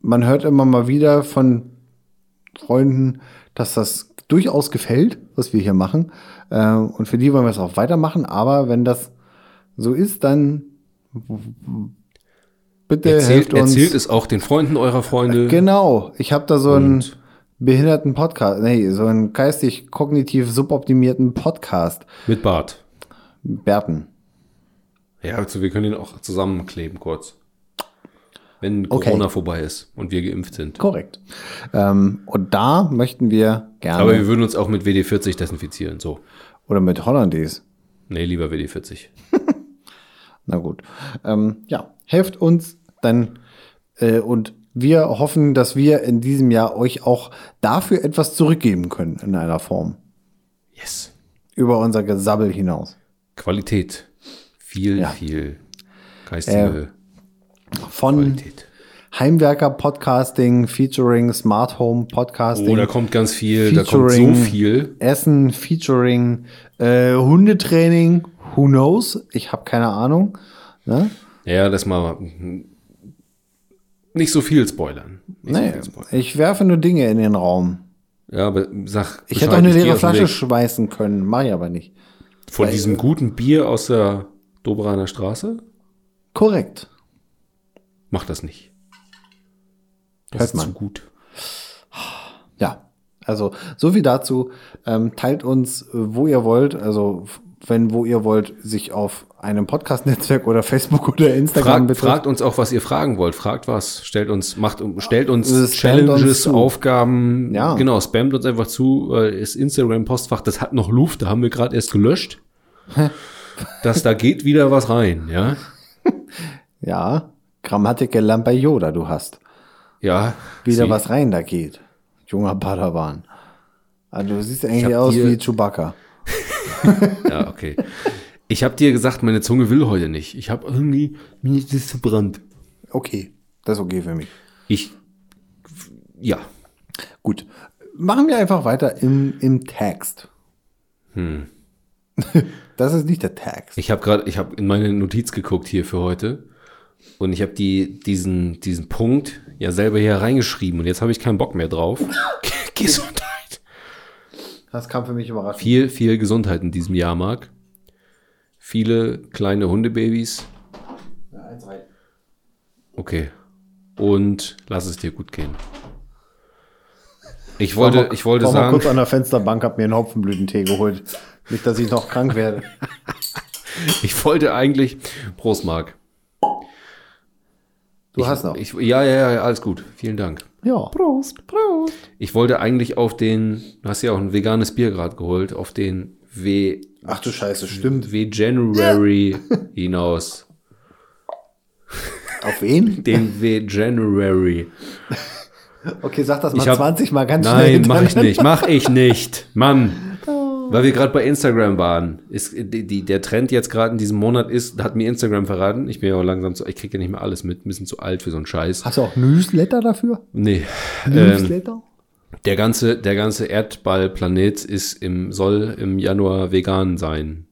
S1: man hört immer mal wieder von Freunden, dass das durchaus gefällt, was wir hier machen. Ähm, und für die wollen wir es auch weitermachen. Aber wenn das so ist, dann bitte
S2: Erzählt,
S1: helft uns.
S2: erzählt es auch den Freunden eurer Freunde.
S1: Genau, ich habe da so einen
S2: Und-
S1: behinderten Podcast, nee, so einen geistig-kognitiv suboptimierten Podcast.
S2: Mit Bart.
S1: Berten.
S2: Ja, also wir können ihn auch zusammenkleben kurz. Wenn
S1: Okay.
S2: Corona vorbei ist und wir geimpft sind.
S1: Korrekt. Ähm, und da möchten wir gerne.
S2: Aber wir würden uns auch mit WD40 desinfizieren. So.
S1: oder mit Hollandaise.
S2: Nee, lieber WD40.
S1: Na gut. Ähm, ja, helft uns dann. Äh, und wir hoffen, dass wir in diesem Jahr euch auch dafür etwas zurückgeben können in einer Form.
S2: Yes.
S1: Über unser Gesabbel hinaus.
S2: Qualität. Viel,
S1: Ja.
S2: viel geistige
S1: Von
S2: Qualität.
S1: Heimwerker Podcasting, Featuring Smart Home Podcasting.
S2: Oh, da kommt ganz viel, da kommt so
S1: Featuring-
S2: viel.
S1: Essen, Featuring, äh, Hundetraining, who knows? Ich habe keine Ahnung. Ne?
S2: Ja, das mal nicht so viel spoilern. Nicht
S1: Nee,
S2: so viel spoilern.
S1: ich werfe nur Dinge in den Raum.
S2: Ja, aber sag
S1: Ich
S2: Bescheid,
S1: hätte auch eine
S2: geh
S1: leere
S2: aus dem
S1: Flasche
S2: Weg.
S1: schweißen können, mache ich aber nicht.
S2: von diesem guten Bier aus der Dobraner Straße.
S1: Korrekt.
S2: Mach das nicht. Das
S1: Hört
S2: ist
S1: man.
S2: zu gut.
S1: Ja. Also, so viel dazu. Ähm, teilt uns, äh, wo ihr wollt. Also, f- wenn, wo ihr wollt, sich auf einem Podcast-Netzwerk oder Facebook oder Instagram
S2: Frag,
S1: betrifft.
S2: fragt uns auch, was ihr fragen wollt. Fragt was. Stellt uns, macht, stellt
S1: Also,
S2: uns
S1: spammt uns
S2: Challenges,
S1: zu.
S2: Aufgaben.
S1: Ja.
S2: Genau, spammt uns einfach zu. weil Das Instagram-Postfach, das hat noch Luft. Da haben wir gerade erst gelöscht. Das, da geht wieder was rein, ja.
S1: Ja. Grammatik Lampe Yoda, du hast.
S2: Ja.
S1: Wieder
S2: Sie-
S1: was rein da geht. Junger Padawan. Also, du siehst
S2: hab
S1: eigentlich aus
S2: dir-
S1: wie Chewbacca.
S2: Ja, okay. Ich habe dir gesagt, meine Zunge will heute nicht. Ich habe irgendwie, mir ist das verbrannt.
S1: Okay. Das ist okay für mich.
S2: Ich, ja.
S1: Gut. Machen wir einfach weiter im, im Text.
S2: Hm.
S1: <laughs> Das ist nicht der Text.
S2: Ich habe gerade, ich habe in meine Notiz geguckt hier für heute und ich habe die diesen diesen Punkt ja selber hier reingeschrieben und jetzt habe ich keinen Bock
S1: <laughs>
S2: mehr drauf. Gesundheit.
S1: Das kam für mich überraschend.
S2: Viel viel Gesundheit in diesem Jahr, Marc. Viele kleine Hundebabys. Okay. Und lass es dir gut gehen. Ich wollte, ich wollte
S1: war mal
S2: sagen,
S1: kurz an der Fensterbank, hab mir einen Hopfenblütentee geholt. Nicht, dass ich noch krank werde.
S2: <laughs> ich wollte eigentlich, Prost, Marc.
S1: Du hast noch.
S2: Ich, ja, ja, ja, alles gut. Vielen Dank.
S1: ja. Prost, Prost.
S2: Ich wollte eigentlich auf den, du hast ja auch ein veganes Bier gerade geholt, auf den W.
S1: Ach du Scheiße, stimmt.
S2: January <laughs> hinaus.
S1: Auf wen?
S2: Den January.
S1: Okay, sag das mal
S2: Ich hab-
S1: 20 mal <laughs> ganz schnell. Oh. <laughs>
S2: Nein, mach ich
S1: hintereinander.
S2: nicht. Mach
S1: <laughs>
S2: ich nicht. Mann. Weil wir gerade bei Instagram waren. Ist, die, die, der Trend jetzt gerade in diesem Monat ist, hat mir Instagram verraten. Ich bin ja auch langsam zu, ich kriege ja nicht mehr alles mit. Ein bisschen zu alt für so einen Scheiß.
S1: Hast du auch Newsletter dafür?
S2: Nee. Ähm,
S1: Newsletter?
S2: der ganze, der ganze Erdballplanet ist im, soll im Januar vegan sein.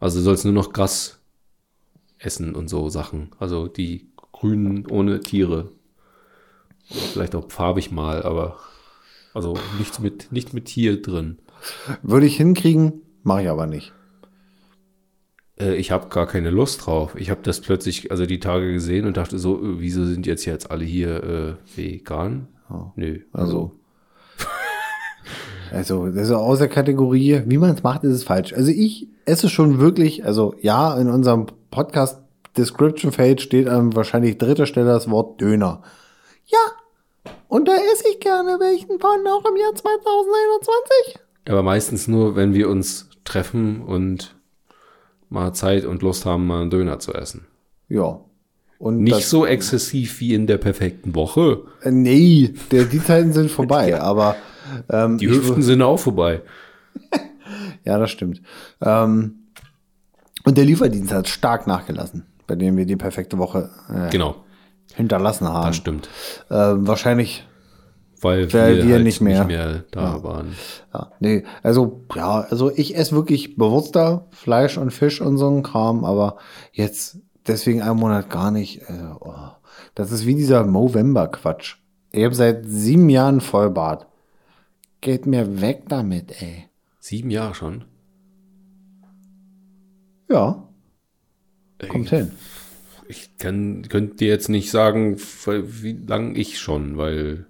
S2: Also sollst nur noch Gras essen und so Sachen. Also die Grünen ohne Tiere. Oder vielleicht auch farbig mal, aber also nichts mit, nicht mit Tier drin.
S1: Würde ich hinkriegen, mache ich aber nicht.
S2: Äh, ich habe gar keine Lust drauf. Ich habe das plötzlich, also die Tage gesehen und dachte so, äh, wieso sind jetzt jetzt alle hier äh, vegan? Nö.
S1: Also. <laughs> Also, das ist aus der Kategorie, wie man es macht, ist es falsch. Also ich esse schon wirklich, also ja, in unserem Podcast Description Feld steht an wahrscheinlich dritter Stelle das Wort Döner. Ja, und da esse ich gerne welchen von auch im Jahr 2021.
S2: Aber meistens nur, wenn wir uns treffen und mal Zeit und Lust haben, mal einen Döner zu essen.
S1: Ja. Und
S2: Nicht
S1: das,
S2: so exzessiv wie in der perfekten Woche.
S1: äh, nee, der, die Zeiten sind
S2: <laughs>
S1: vorbei, aber ähm,
S2: Die
S1: ich wür-
S2: Hüften sind auch vorbei.
S1: Ja, das stimmt. Ähm, und der Lieferdienst hat stark nachgelassen, bei dem wir die perfekte Woche äh,
S2: Genau,
S1: hinterlassen
S2: das
S1: haben.
S2: stimmt.
S1: Ähm, wahrscheinlich,
S2: Weil,
S1: Weil
S2: wir,
S1: wir
S2: halt
S1: nicht mehr-
S2: nicht mehr da waren.
S1: ja, nee, also, ja, also ich esse wirklich bewusst da Fleisch und Fisch und so ein Kram, aber jetzt deswegen einen Monat gar nicht. Äh, oh. Das ist wie dieser Movember-Quatsch. Ich habe seit sieben Jahren Vollbart. Geht mir weg damit, ey.
S2: Sieben Jahre schon.
S1: Ja. Kommt hin.
S2: Ich kann, könnt dir jetzt nicht sagen, wie lang ich schon, weil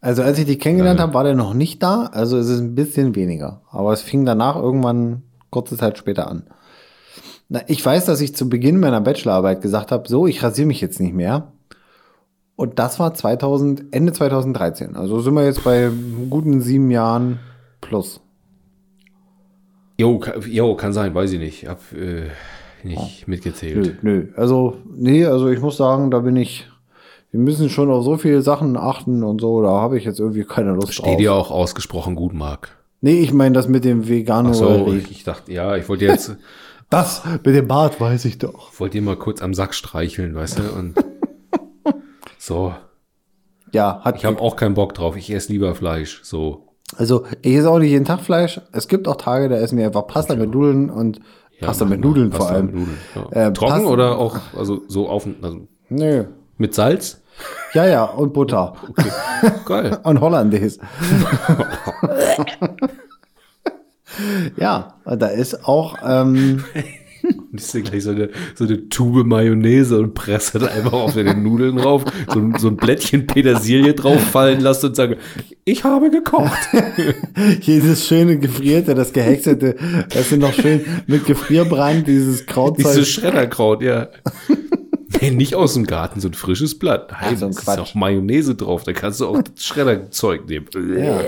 S1: Also als ich dich kennengelernt habe, war der noch nicht da. Also es ist ein bisschen weniger. Aber es fing danach irgendwann kurze Zeit später an. Na, ich weiß, dass ich zu Beginn meiner Bachelorarbeit gesagt habe, so, ich rasiere mich jetzt nicht mehr. Und das war 2000, Ende 2013. Also sind wir jetzt bei guten sieben Jahren plus.
S2: Jo, ka- jo kann sein, weiß ich nicht. Hab äh, nicht mitgezählt.
S1: Nö, nö. Also, nee, also ich muss sagen, da bin ich. Wir müssen schon auf so viele Sachen achten und so. Da habe ich jetzt irgendwie keine Lust
S2: Steht
S1: drauf.
S2: dir auch ausgesprochen gut, Marc.
S1: Nee, ich meine das mit dem veganen
S2: Ach so,
S1: Reh.
S2: ich, ich dachte, ja, ich wollte jetzt,
S1: Das mit dem Bart weiß ich doch.
S2: wollte dir mal kurz am Sack streicheln, weißt du? Und
S1: <laughs>
S2: so,
S1: Ja, hat
S2: ich habe auch keinen Bock drauf. Ich esse lieber Fleisch. So,
S1: also ich esse auch nicht jeden Tag Fleisch. Es gibt auch Tage, da essen wir einfach Pasta mit Nudeln und
S2: ja,
S1: Pasta
S2: mach
S1: mit
S2: mal.
S1: Nudeln vor
S2: Pasta
S1: allem.
S2: mit Nudeln, ja.
S1: Äh,
S2: Trocken
S1: Pasta-
S2: oder auch, also so auf, also
S1: Nö.
S2: mit Salz?
S1: Ja, ja, und Butter. <laughs>
S2: Geil.
S1: Und Hollandaise. <laughs> ja, und da ist auch,
S2: <laughs>
S1: ähm,
S2: Und ist dir gleich so eine, so eine Tube Mayonnaise und presse da einfach auf deine Nudeln drauf, so, ein- so ein Blättchen Petersilie drauffallen lässt und sage, ich habe gekocht.
S1: dieses schöne Gefrierte, das Gehäckselte, das sind noch schön mit Gefrierbrand, dieses Krautzeug.
S2: Dieses
S1: <laughs>
S2: Schredderkraut, ja. Nee, nicht aus dem Garten, so ein frisches Blatt. Nein,
S1: Ach, so ein
S2: es ist
S1: Quatsch.
S2: auch Mayonnaise drauf, da kannst du auch das Schredderzeug nehmen. <laughs> Äh.
S1: ja.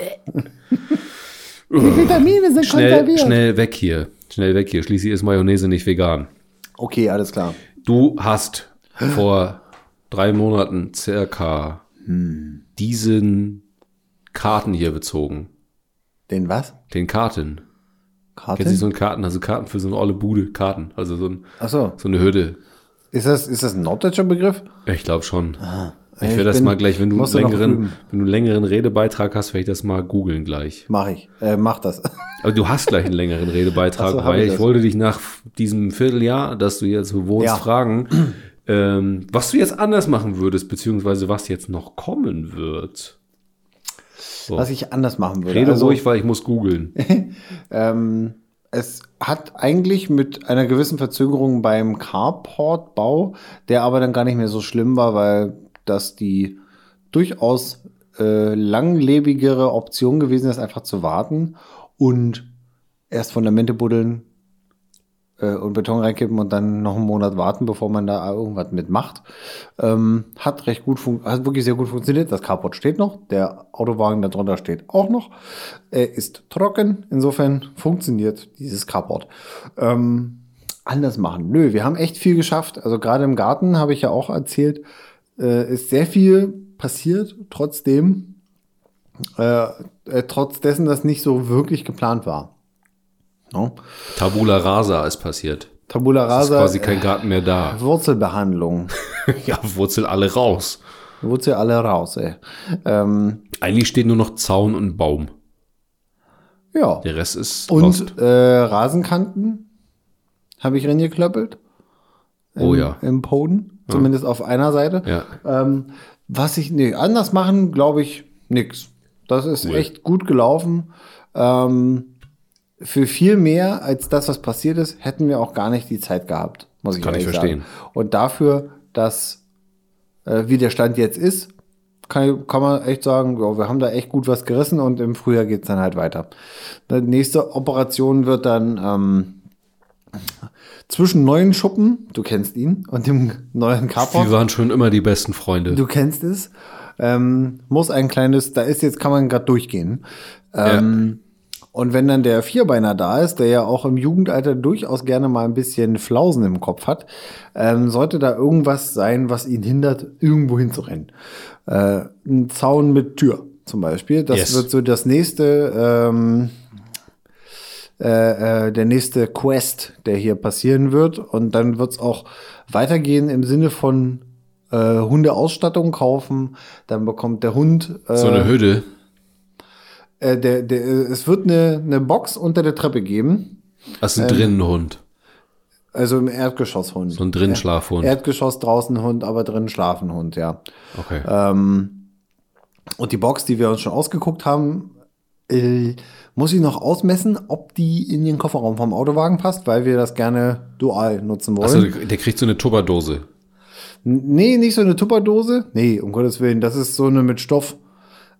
S1: Die Vitamine sind
S2: Schnell,
S1: konserviert.
S2: schnell weg hier. Schnell weg hier. Schließlich ist Mayonnaise nicht vegan.
S1: Okay, alles klar.
S2: Du hast vor drei Monaten circa
S1: Hm.
S2: diesen Karten hier bezogen.
S1: Den was?
S2: Den Karten.
S1: Karte?
S2: Kennst du so einen Karten? Also Karten für so eine olle Bude. Karten. Also so, ein,
S1: Achso.
S2: so eine Hürde.
S1: Ist das, ist das ein norddeutscher Begriff?
S2: Ich glaube
S1: Ah.
S2: schon. Ich
S1: Ich
S2: werde das
S1: bin-
S2: mal gleich, wenn du, einen
S1: musst du noch
S2: längeren,
S1: üben.
S2: wenn du einen längeren Redebeitrag hast, werde ich das mal googeln gleich.
S1: Mach ich. Äh, mach das.
S2: Aber du hast gleich einen längeren Redebeitrag,
S1: Ach so, hab
S2: weil
S1: ich
S2: ich,
S1: das.
S2: wollte dich nach diesem Vierteljahr, das du jetzt so wohnst,
S1: Ja.
S2: fragen, ähm, was du jetzt anders machen würdest, beziehungsweise was jetzt noch kommen wird. So.
S1: Was ich anders machen würde.
S2: Rede
S1: also,
S2: ruhig, weil ich
S1: <laughs>
S2: muss googeln.
S1: ähm, es hat eigentlich mit einer gewissen Verzögerung beim Carport-Bau, der aber dann gar nicht mehr so schlimm war, weil das die durchaus äh, langlebigere Option gewesen ist, einfach zu warten und erst Fundamente buddeln, äh, und Beton reinkippen und dann noch einen Monat warten, bevor man da irgendwas mitmacht. Ähm, hat recht gut fun- hat wirklich sehr gut funktioniert. Das Carport steht noch, der Autowagen da drunter steht auch noch. Er ist trocken, insofern funktioniert dieses Carport. Ähm, anders machen. Nö, wir haben echt viel geschafft. Also gerade im Garten habe ich ja auch erzählt, äh, ist sehr viel passiert, trotzdem, äh, äh, trotz dessen, dass nicht so wirklich geplant war. No?
S2: Tabula rasa ist passiert.
S1: Tabula
S2: Es ist
S1: rasa,
S2: quasi
S1: äh,
S2: kein Garten
S1: <laughs>
S2: mehr da.
S1: Wurzelbehandlung.
S2: ja, Wurzel alle raus.
S1: Wurzel alle raus, ey. Ähm,
S2: Eigentlich steht nur noch Zaun und Baum.
S1: ja.
S2: Der Rest ist lost.
S1: Und äh, Rasenkanten habe ich reingeklöppelt.
S2: Oh
S1: im,
S2: ja.
S1: Im Poden, zumindest auf einer Seite.
S2: Ja.
S1: Ähm, was ich nee, anders machen, glaube ich, nix. Das ist
S2: Cool.
S1: echt gut gelaufen. Ähm, für viel mehr als das, was passiert ist, hätten wir auch gar nicht die Zeit gehabt, muss ich
S2: Kann ich
S1: ehrlich
S2: verstehen.
S1: Sagen. Und dafür, dass äh, wie der Stand jetzt ist, kann, kann man echt sagen, ja, wir haben da echt gut was gerissen und im Frühjahr geht's dann halt weiter. Die nächste Operation wird dann ähm, zwischen neuen Schuppen, du kennst ihn, und dem neuen Carport.
S2: Wir waren schon immer die besten Freunde.
S1: Du kennst es. Ähm, muss ein kleines, da ist jetzt, kann man gerade durchgehen. Ähm, Und wenn dann der Vierbeiner da ist, der ja auch im Jugendalter durchaus gerne mal ein bisschen Flausen im Kopf hat, ähm, sollte da irgendwas sein, was ihn hindert, irgendwo hinzurennen. Äh, ein Zaun mit Tür zum Beispiel. Das
S2: Yes.
S1: wird so das nächste, ähm, äh, äh, der nächste Quest, der hier passieren wird. Und dann wird es auch weitergehen im Sinne von äh, Hundeausstattung kaufen. Dann bekommt der Hund. Äh,
S2: so eine Hütte.
S1: äh, der, der, äh, es wird eine, eine Box unter der Treppe geben.
S2: Das ist
S1: Ähm,
S2: ein Drinnenhund.
S1: Also im Erdgeschoss Hund.
S2: So ein Drinnenschlafhund.
S1: Erdgeschoss draußen Hund, aber drin schlafen Hund, ja. Ähm,
S2: Okay.
S1: äh, Und die Box, die wir uns schon ausgeguckt haben, äh, muss ich noch ausmessen, ob die in den Kofferraum vom Autowagen passt, weil wir das gerne dual nutzen wollen.
S2: Achso, der der kriegt so eine Tupperdose.
S1: N- Nee, nicht so eine Tupperdose. Nee, um Gottes Willen, das ist so eine mit Stoff,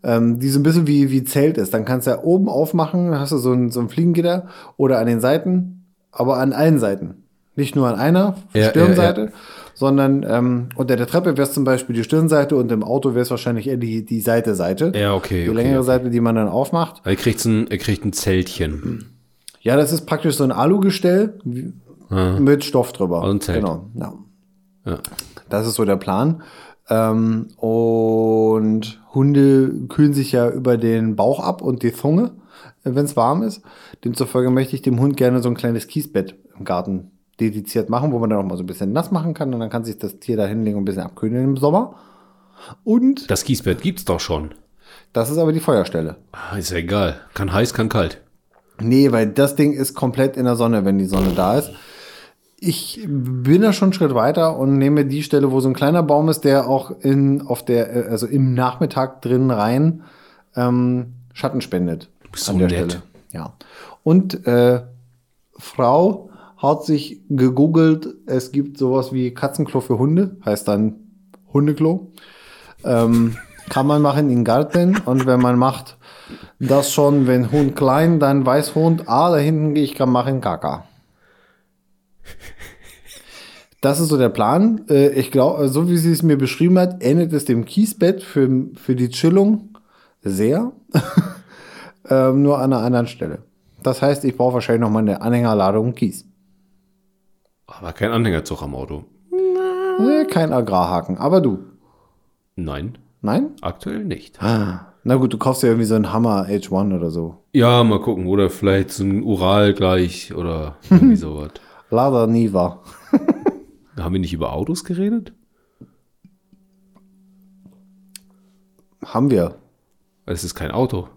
S1: ähm, die so ein bisschen wie, wie Zelt ist. Dann kannst du ja oben aufmachen, dann hast du so ein, so ein Fliegengitter oder an den Seiten, aber an allen Seiten. Nicht nur an einer
S2: Ja,
S1: Stirnseite, sondern ähm, unter der Treppe wäre es zum Beispiel die Stirnseite und im Auto wäre es wahrscheinlich eher die, die Seite-Seite.
S2: Ja, okay,
S1: Die
S2: okay,
S1: längere
S2: okay.
S1: Seite, die man dann aufmacht.
S2: Er kriegt ein, er kriegt ein Zeltchen.
S1: Ja, das ist praktisch so ein Alugestell wie- mit Stoff drüber.
S2: Ah. Also ein Zelt.
S1: Genau. Ja.
S2: Ja.
S1: Das ist so der Plan. Ähm, und Hunde kühlen sich ja über den Bauch ab und die Zunge, wenn es warm ist. Demzufolge möchte ich dem Hund gerne so ein kleines Kiesbett im Garten dediziert machen, wo man dann auch mal so ein bisschen nass machen kann und dann kann sich das Tier da hinlegen und ein bisschen abkühlen im Sommer. Und
S2: Das Kiesbett gibt's doch schon.
S1: das ist aber die Feuerstelle.
S2: Ah, Ist ja egal. Kann heiß, kann kalt.
S1: Nee, weil das Ding ist komplett in der Sonne, wenn die Sonne da ist. Ich bin da schon einen Schritt weiter und nehme die Stelle, wo so ein kleiner Baum ist, der auch in, auf der, äh, also im Nachmittag drin rein ähm, Schatten spendet. Du
S2: bist so nett.
S1: Ja. Und äh, Frau hat sich gegoogelt, es gibt sowas wie Katzenklo für Hunde, heißt dann Hundeklo. Ähm, kann man machen in Garten und wenn man macht das schon, wenn Hund klein, dann weiß Hund, ah, da hinten gehe ich kann machen Kaka. Das ist so der Plan. Äh, Ich glaube, so wie sie es mir beschrieben hat, ähnelt es dem Kiesbett für, für die Chillung sehr. <laughs> ähm, nur an einer anderen Stelle. Das heißt, ich brauche wahrscheinlich nochmal eine Anhängerladung Kies.
S2: Aber Ah, kein Anhängerzug am Auto.
S1: Äh, Kein Agrarhaken. Aber du.
S2: Nein,
S1: Nein?
S2: aktuell nicht.
S1: Na gut, du kaufst ja irgendwie so einen Hammer H1 oder so.
S2: Ja, mal gucken. Oder vielleicht so ein Ural gleich oder
S1: <laughs>
S2: irgendwie sowas.
S1: Lada Niva.
S2: Haben wir nicht über Autos geredet?
S1: Haben wir.
S2: Es ist kein Auto.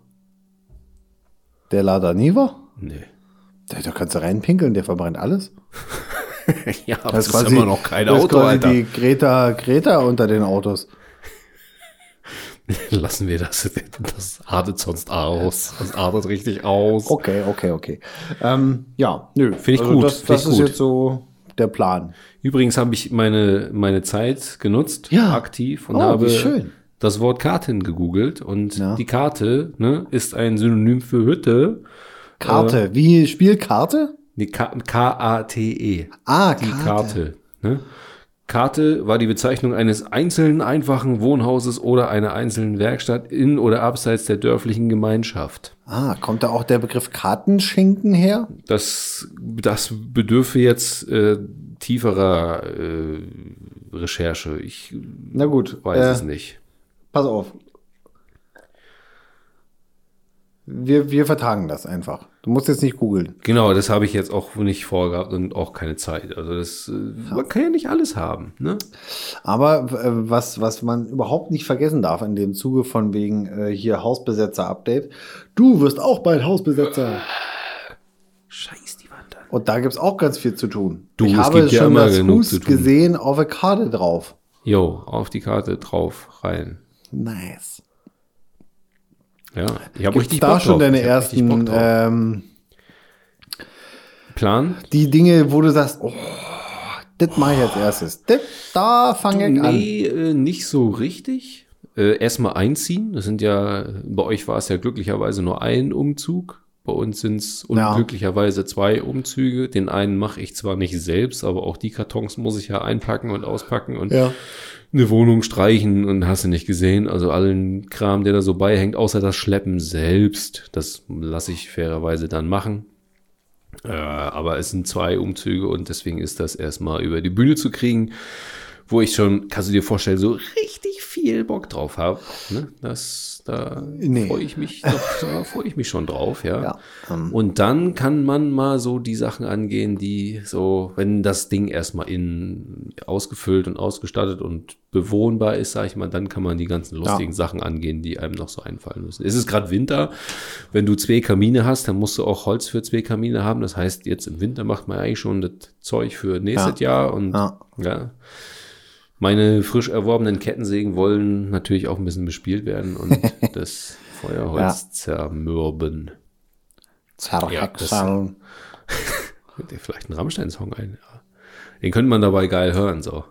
S1: Der Lada Niva?
S2: Nee. <laughs>
S1: Da, da kannst du reinpinkeln, der verbrennt alles.
S2: Ja, aber
S1: Das
S2: es
S1: ist
S2: ist
S1: quasi-
S2: immer noch kein
S1: das ist
S2: Auto,
S1: quasi
S2: Alter.
S1: die Greta, Greta unter den Autos.
S2: <laughs> Lassen wir das. Das artet sonst aus. Das artet richtig aus.
S1: Okay, okay, okay. Ähm, ja, nö.
S2: Finde ich gut,
S1: Das,
S2: finde
S1: das
S2: ich
S1: ist
S2: gut.
S1: jetzt so der Plan.
S2: Übrigens habe ich meine, meine Zeit genutzt,
S1: Ja.
S2: aktiv, und
S1: Oh, wie
S2: habe
S1: schön.
S2: das Wort Karten gegoogelt. Und
S1: Ja.
S2: die Karte ne, ist ein Synonym für Hütte.
S1: Karte, wie Spielkarte?
S2: Nee, K- K-A-T-E.
S1: Ah,
S2: Die
S1: Karte.
S2: Karte. Ne? Karte war die Bezeichnung eines einzelnen einfachen Wohnhauses oder einer einzelnen Werkstatt in oder abseits der dörflichen Gemeinschaft.
S1: Ah, kommt da auch der Begriff Kartenschinken her?
S2: Das, das bedürfe jetzt äh, tieferer äh, Recherche. Ich
S1: Na gut,
S2: weiß
S1: äh,
S2: es nicht.
S1: pass auf. Wir, wir vertagen das einfach. Du musst jetzt nicht googeln.
S2: Genau, das habe ich jetzt auch nicht vorgehabt und auch keine Zeit. Also das, äh, man kann ja nicht alles haben. Ne?
S1: Aber äh, was, was man überhaupt nicht vergessen darf in dem Zuge von wegen äh, hier Hausbesetzer-Update, du wirst auch bald Hausbesetzer.
S2: Scheiß die Wand an.
S1: Und da gibt's auch ganz viel zu tun.
S2: Du,
S1: ich
S2: es
S1: habe
S2: gibt ja
S1: schon
S2: immer
S1: das
S2: genug
S1: Fuß
S2: zu tun.
S1: gesehen auf der Karte drauf.
S2: Jo, auf die Karte drauf, rein.
S1: Nice.
S2: Ja, ich habe
S1: Gibt's
S2: richtig
S1: da
S2: Bock
S1: schon
S2: drauf.
S1: deine
S2: Ich hab richtig Bock
S1: ersten,
S2: drauf.
S1: ähm,
S2: Plan?
S1: die Dinge, wo du sagst, oh, das mache ich als erstes. Das, da fange ich an.
S2: Nee, äh, nicht so richtig. Äh, erstmal einziehen. Das sind ja, bei euch war es ja glücklicherweise nur ein Umzug. Bei uns sind es
S1: Ja.
S2: unglücklicherweise zwei Umzüge. Den einen mache ich zwar nicht selbst, aber auch die Kartons muss ich ja einpacken und auspacken und
S1: Ja.
S2: eine Wohnung streichen und hast du nicht gesehen. Also allen Kram, der da so beihängt, außer das Schleppen selbst. Das lasse ich fairerweise dann machen. Äh, aber es sind zwei Umzüge und deswegen ist das erstmal über die Bühne zu kriegen, wo ich schon, kannst du dir vorstellen, so richtig viel Bock drauf habe. Ne? Das, da
S1: Nee.
S2: freue ich mich, doch, da freue ich mich schon drauf, ja.
S1: Ja, ähm.
S2: Und dann kann man mal so die Sachen angehen, die so, wenn das Ding erstmal in ausgefüllt und ausgestattet und bewohnbar ist, sag ich mal, dann kann man die ganzen lustigen Sachen angehen, die einem noch so einfallen müssen. Es ist gerade Winter, wenn du zwei Kamine hast, dann musst du auch Holz für zwei Kamine haben. Das heißt, jetzt im Winter macht man eigentlich schon das Zeug für nächstes Jahr und
S1: Ja.
S2: ja. Meine frisch erworbenen Kettensägen wollen natürlich auch ein bisschen bespielt werden
S1: <laughs>
S2: und das Feuerholz zermürben.
S1: Zerhexern.
S2: Könnt ihr vielleicht einen Rammstein-Song ein? Ja. Den könnte man dabei geil hören, so.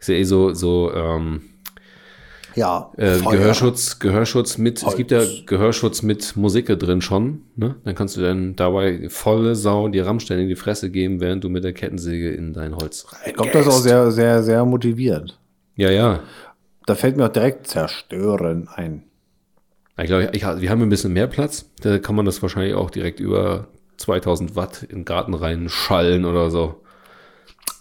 S2: Ist ja eh so, so ähm,
S1: Ja,
S2: äh,
S1: Feuer.
S2: Gehörschutz, Gehörschutz mit,
S1: Holz.
S2: es gibt ja Gehörschutz mit Musik drin schon, ne? Dann kannst du dann dabei volle Sau dir Rammstein in die Fresse geben, während du mit der Kettensäge in dein Holz rein.
S1: Kommt das auch sehr, sehr, sehr motivierend.
S2: Ja, ja.
S1: Da fällt mir auch direkt zerstören ein.
S2: Ich glaube, ich, wir haben ein bisschen mehr Platz. Da kann man das wahrscheinlich auch direkt über 2000 Watt in den Garten reinschallen oder so.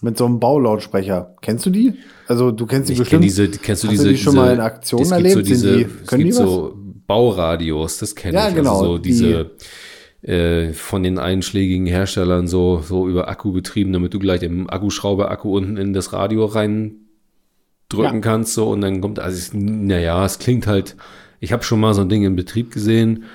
S1: Mit so einem Baulautsprecher. Kennst du die? Also du kennst die
S2: Ich kenn
S1: bestimmt.
S2: diese, kennst du
S1: Hast
S2: diese,
S1: du die schon
S2: diese,
S1: mal in Aktion
S2: es gibt
S1: erlebt?
S2: So diese,
S1: Sind die,
S2: es
S1: können die
S2: gibt
S1: was?
S2: so Bauradios, das kenne
S1: Ja,
S2: ich.
S1: genau,
S2: Also so
S1: die-
S2: diese äh, von den einschlägigen Herstellern so, so über Akku betrieben, damit du gleich den Akkuschrauber-Akku unten in das Radio rein drücken
S1: Ja.
S2: kannst so und dann kommt, also es, naja, es klingt halt, ich habe schon mal so ein Ding in Betrieb gesehen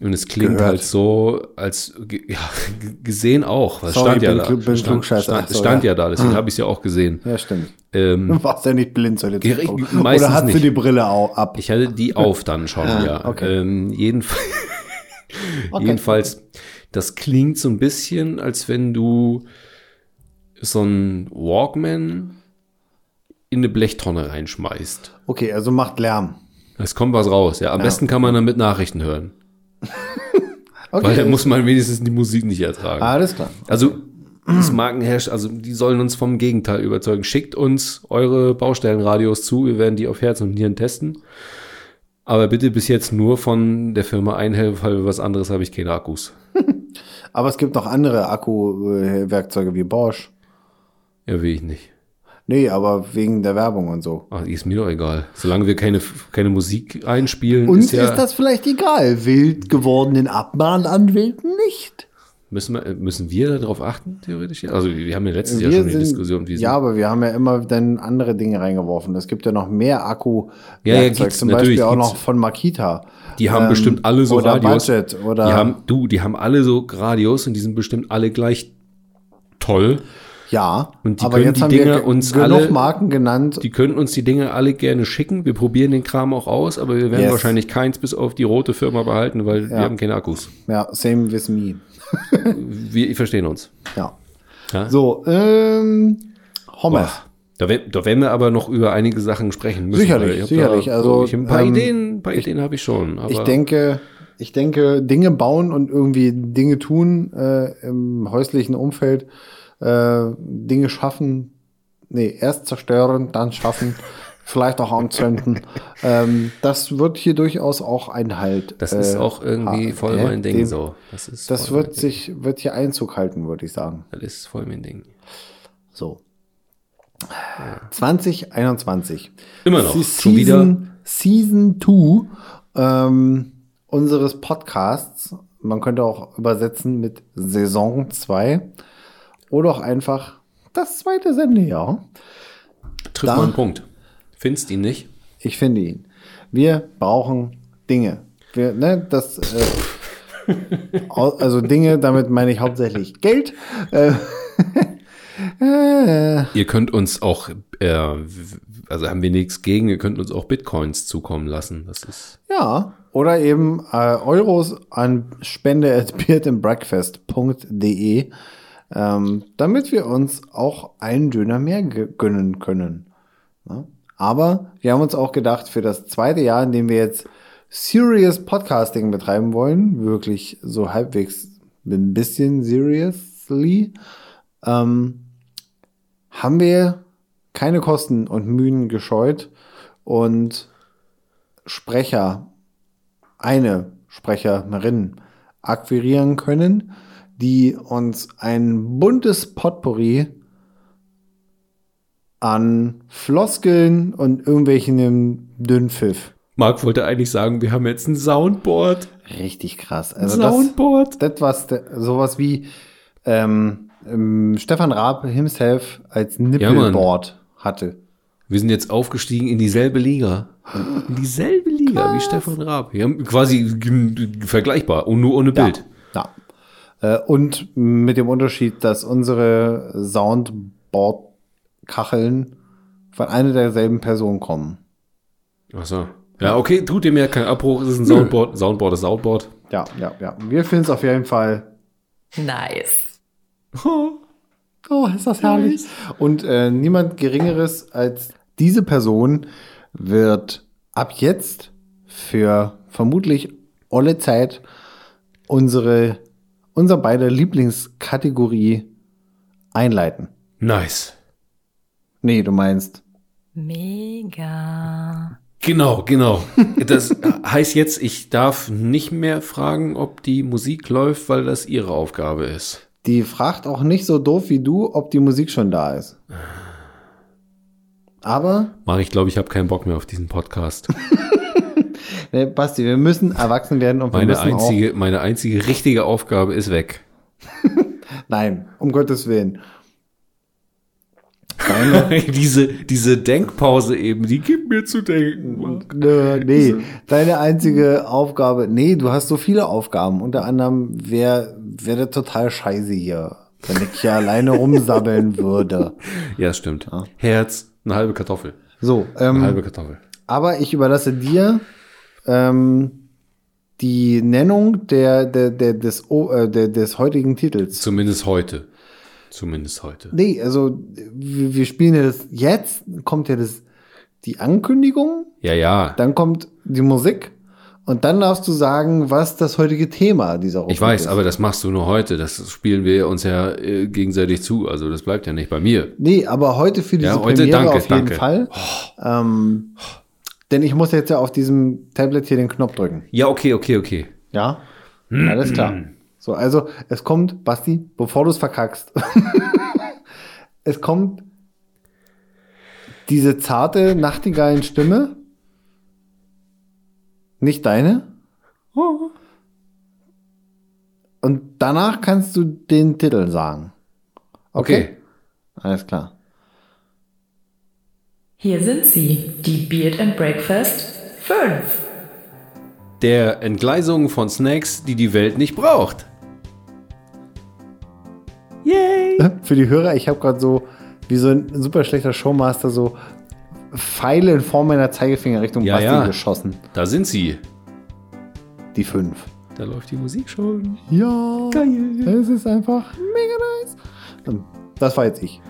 S2: und es klingt
S1: Gehört.
S2: halt so, als ge- <laughs> ja, g- gesehen auch, was
S1: Sorry,
S2: stand ja
S1: bin
S2: da,
S1: klug- bin
S2: stand,
S1: klugscheißer.
S2: stand,
S1: Ach so,
S2: stand
S1: ja. Ah.
S2: ja. da, deswegen habe ich es ja auch gesehen.
S1: ja, stimmt.
S2: Ähm,
S1: Du warst ja nicht blind zu dem
S2: Geri-
S1: Zeitpunkt.
S2: meistens
S1: Oder hast du
S2: nicht.
S1: die Brille auch ab?
S2: Ich hatte die auf dann schon, ja.
S1: okay.
S2: Ähm, jedenf <laughs> Jedenfalls, das klingt so ein bisschen, als wenn du so einen Walkman in eine Blechtonne reinschmeißt.
S1: Okay, also macht Lärm.
S2: Es kommt was raus, ja. Am besten kann man damit Nachrichten hören.
S1: Okay. Ah,
S2: Weil dann muss man wenigstens die Musik nicht ertragen.
S1: Alles klar.
S2: Also das Markenherrscher, also die sollen uns vom Gegenteil überzeugen. Schickt uns eure Baustellenradios zu, wir werden die auf Herz und Nieren testen. Aber bitte bis jetzt nur von der Firma Einhelf, weil was anderes habe ich keine Akkus.
S1: Aber es gibt noch andere Akku-Werkzeuge wie Bosch.
S2: Ja, will ich nicht.
S1: Nee, aber wegen der Werbung und so.
S2: Ach, ist mir doch egal. Solange wir keine, keine Musik einspielen,
S1: Uns
S2: ist ja,
S1: ist das vielleicht egal. Wild gewordenen Abmahnanwälten nicht.
S2: müssen, wir, müssen wir darauf achten, theoretisch? Also wir haben ja letztes Jahr
S1: Wir
S2: schon die
S1: sind-
S2: Diskussion. um wir
S1: Ja,
S2: sind-
S1: aber wir haben ja immer dann andere Dinge reingeworfen. Es gibt ja noch mehr akku
S2: Ja, ja,
S1: Werkzeug,
S2: gibt's,
S1: zum Beispiel
S2: natürlich
S1: auch
S2: gibt's.
S1: noch von Makita.
S2: die haben
S1: Ähm,
S2: bestimmt alle so
S1: oder äh,
S2: Radios.
S1: Budget oder
S2: die haben, du, die haben alle so Radios und die sind bestimmt alle gleich toll.
S1: ja.
S2: Und die
S1: aber
S2: können
S1: jetzt
S2: die
S1: haben
S2: Dinger
S1: wir ge-
S2: uns
S1: genug
S2: alle-
S1: Marken genannt.
S2: Die können uns die Dinge alle gerne schicken. Wir probieren den Kram auch aus, aber wir werden
S1: Yes.
S2: wahrscheinlich keins bis auf die rote Firma behalten, weil wir haben keine Akkus.
S1: ja, same with me.
S2: Wir verstehen uns.
S1: Ja.
S2: Ja?
S1: So, ähm, Hommes.
S2: Boah. Da, wär, da werden wir aber noch über einige Sachen sprechen müssen.
S1: Sicherlich,
S2: weil ich hab
S1: sicherlich.
S2: Da,
S1: Also,
S2: ich, ein paar
S1: ähm,
S2: Ideen, ein paar Ideen habe ich schon. Aber
S1: Ich denke, ich denke, Dinge bauen und irgendwie Dinge tun äh, im häuslichen Umfeld, äh, Dinge schaffen, nee, erst zerstören, dann schaffen, <laughs> vielleicht auch anzünden. ähm, das wird hier durchaus auch Einhalt.
S2: Das ist
S1: äh,
S2: auch irgendwie
S1: ha-
S2: voll
S1: äh,
S2: mein Ding
S1: dem-
S2: so. Das, ist
S1: Das
S2: voll mein
S1: wird
S2: Ding.
S1: sich, wird hier Einzug halten, würde ich sagen.
S2: Das ist voll mein Ding.
S1: So. 2021.
S2: Immer noch.
S1: Sie-
S2: Schon wieder.
S1: Season 2 ähm, unseres Podcasts. Man könnte auch übersetzen mit Saison 2 oder auch einfach das zweite Sendejahr.
S2: Trifft
S1: da-
S2: mal einen Punkt. Findest ihn nicht?
S1: Ich finde ihn. Wir brauchen Dinge. Wir, ne, das, äh, au- also Dinge, damit meine ich hauptsächlich Geld. <laughs> Äh, äh,
S2: Ihr könnt uns auch, äh, w- also haben wir nichts gegen, ihr könnt uns auch Bitcoins zukommen lassen. Das ist.
S1: ja. Oder eben äh, Euros an spende at beardandbreakfast.de, ähm, damit wir uns auch einen Döner mehr ge- gönnen können. Ne? Aber wir haben uns auch gedacht, für das zweite Jahr, in dem wir jetzt Serious Podcasting betreiben wollen, wirklich so halbwegs ein bisschen seriously, ähm, haben wir keine Kosten und Mühen gescheut und Sprecher, eine Sprecherin akquirieren können, die uns ein buntes Potpourri an Floskeln und irgendwelchen Dünnpfiff.
S2: Marc wollte eigentlich sagen, wir haben jetzt ein Soundboard.
S1: Richtig krass. Also das,
S2: Soundboard.
S1: das was, sowas wie ähm, ähm, Stefan Raab himself als Nippelboard hatte.
S2: Wir sind jetzt aufgestiegen in dieselbe Liga. In dieselbe Liga wie Stefan Raab. Wir haben quasi g- vergleichbar, und nur ohne Bild.
S1: Ja. ja. Äh, Und mit dem Unterschied, dass unsere Soundboard-Kacheln von einer derselben Person kommen.
S2: Ach so. Ja, okay, tut dem ja keinen Abbruch. Es ist ein Soundboard. Soundboard ist <laughs> Soundboard.
S1: Ja, ja, ja. Wir finden es auf jeden Fall
S4: Nice.
S1: Oh, ist das herrlich. Und äh, niemand Geringeres als diese Person wird ab jetzt für vermutlich alle Zeit unsere, unser beider Lieblingskategorie einleiten.
S2: Nice.
S1: Nee, du meinst.
S4: Mega.
S2: Genau, genau. Das heißt jetzt, ich darf nicht mehr fragen, ob die Musik läuft, weil das ihre Aufgabe ist.
S1: Die fragt auch nicht so doof wie du, ob die Musik schon da ist. Aber,
S2: Marc, ich glaube, ich habe keinen Bock mehr auf diesen Podcast.
S1: ne, Basti, wir müssen erwachsen werden und wir
S2: Meine
S1: müssen auch
S2: einzige, meine einzige richtige Aufgabe ist weg.
S1: Nein, um Gottes Willen.
S2: <laughs> diese, diese Denkpause eben, die gibt mir zu denken. Marc.
S1: Nö, nee, deine einzige Aufgabe, nee, du hast so viele Aufgaben. Unter anderem wäre wär das total scheiße hier, wenn ich hier alleine rumsabbeln würde.
S2: Ja, Hm. das stimmt. Herz, eine halbe Kartoffel.
S1: So, ähm,
S2: Eine halbe Kartoffel.
S1: aber ich überlasse dir ähm, die Nennung der, der, der, des, O- äh, der, des heutigen Titels.
S2: Zumindest heute. Zumindest heute.
S1: Nee, also wir, wir spielen ja das jetzt, kommt ja das, die Ankündigung,
S2: Ja, ja.
S1: dann kommt die Musik und dann darfst du sagen, was das heutige Thema dieser Rubrik
S2: Ich weiß,
S1: ist.
S2: aber das machst du nur heute. Das spielen wir uns ja äh, gegenseitig zu. Also das bleibt ja nicht bei mir.
S1: Nee, aber heute für diese
S2: Ja, heute
S1: Premiere
S2: danke,
S1: auf jeden
S2: danke. Oh.
S1: Fall. Ähm, denn ich muss jetzt ja auf diesem Tablet hier den Knopf drücken.
S2: Ja, okay, okay, okay.
S1: Ja?
S2: Hm.
S1: Alles klar. So, also es kommt, Basti, bevor du es verkackst. <laughs> es kommt diese zarte Nachtigallenstimme. Nicht deine.
S2: Oh.
S1: Und danach kannst du den Titel sagen.
S2: Okay.
S1: Alles klar. <laughs>
S4: Hier sind sie, die Beard and Breakfast 5.
S2: Der Entgleisung von Snacks, die die Welt nicht braucht. Yay!
S1: Für die Hörer, ich habe gerade so wie so ein super schlechter Showmaster so Pfeile in Form meiner Zeigefinger Richtung
S2: Ja,
S1: Basti
S2: ja.
S1: geschossen.
S2: Da sind sie.
S1: Die fünf.
S2: Da läuft die Musik schon.
S1: Ja,
S2: Geil.
S1: es ist einfach mega nice. Das war jetzt ich.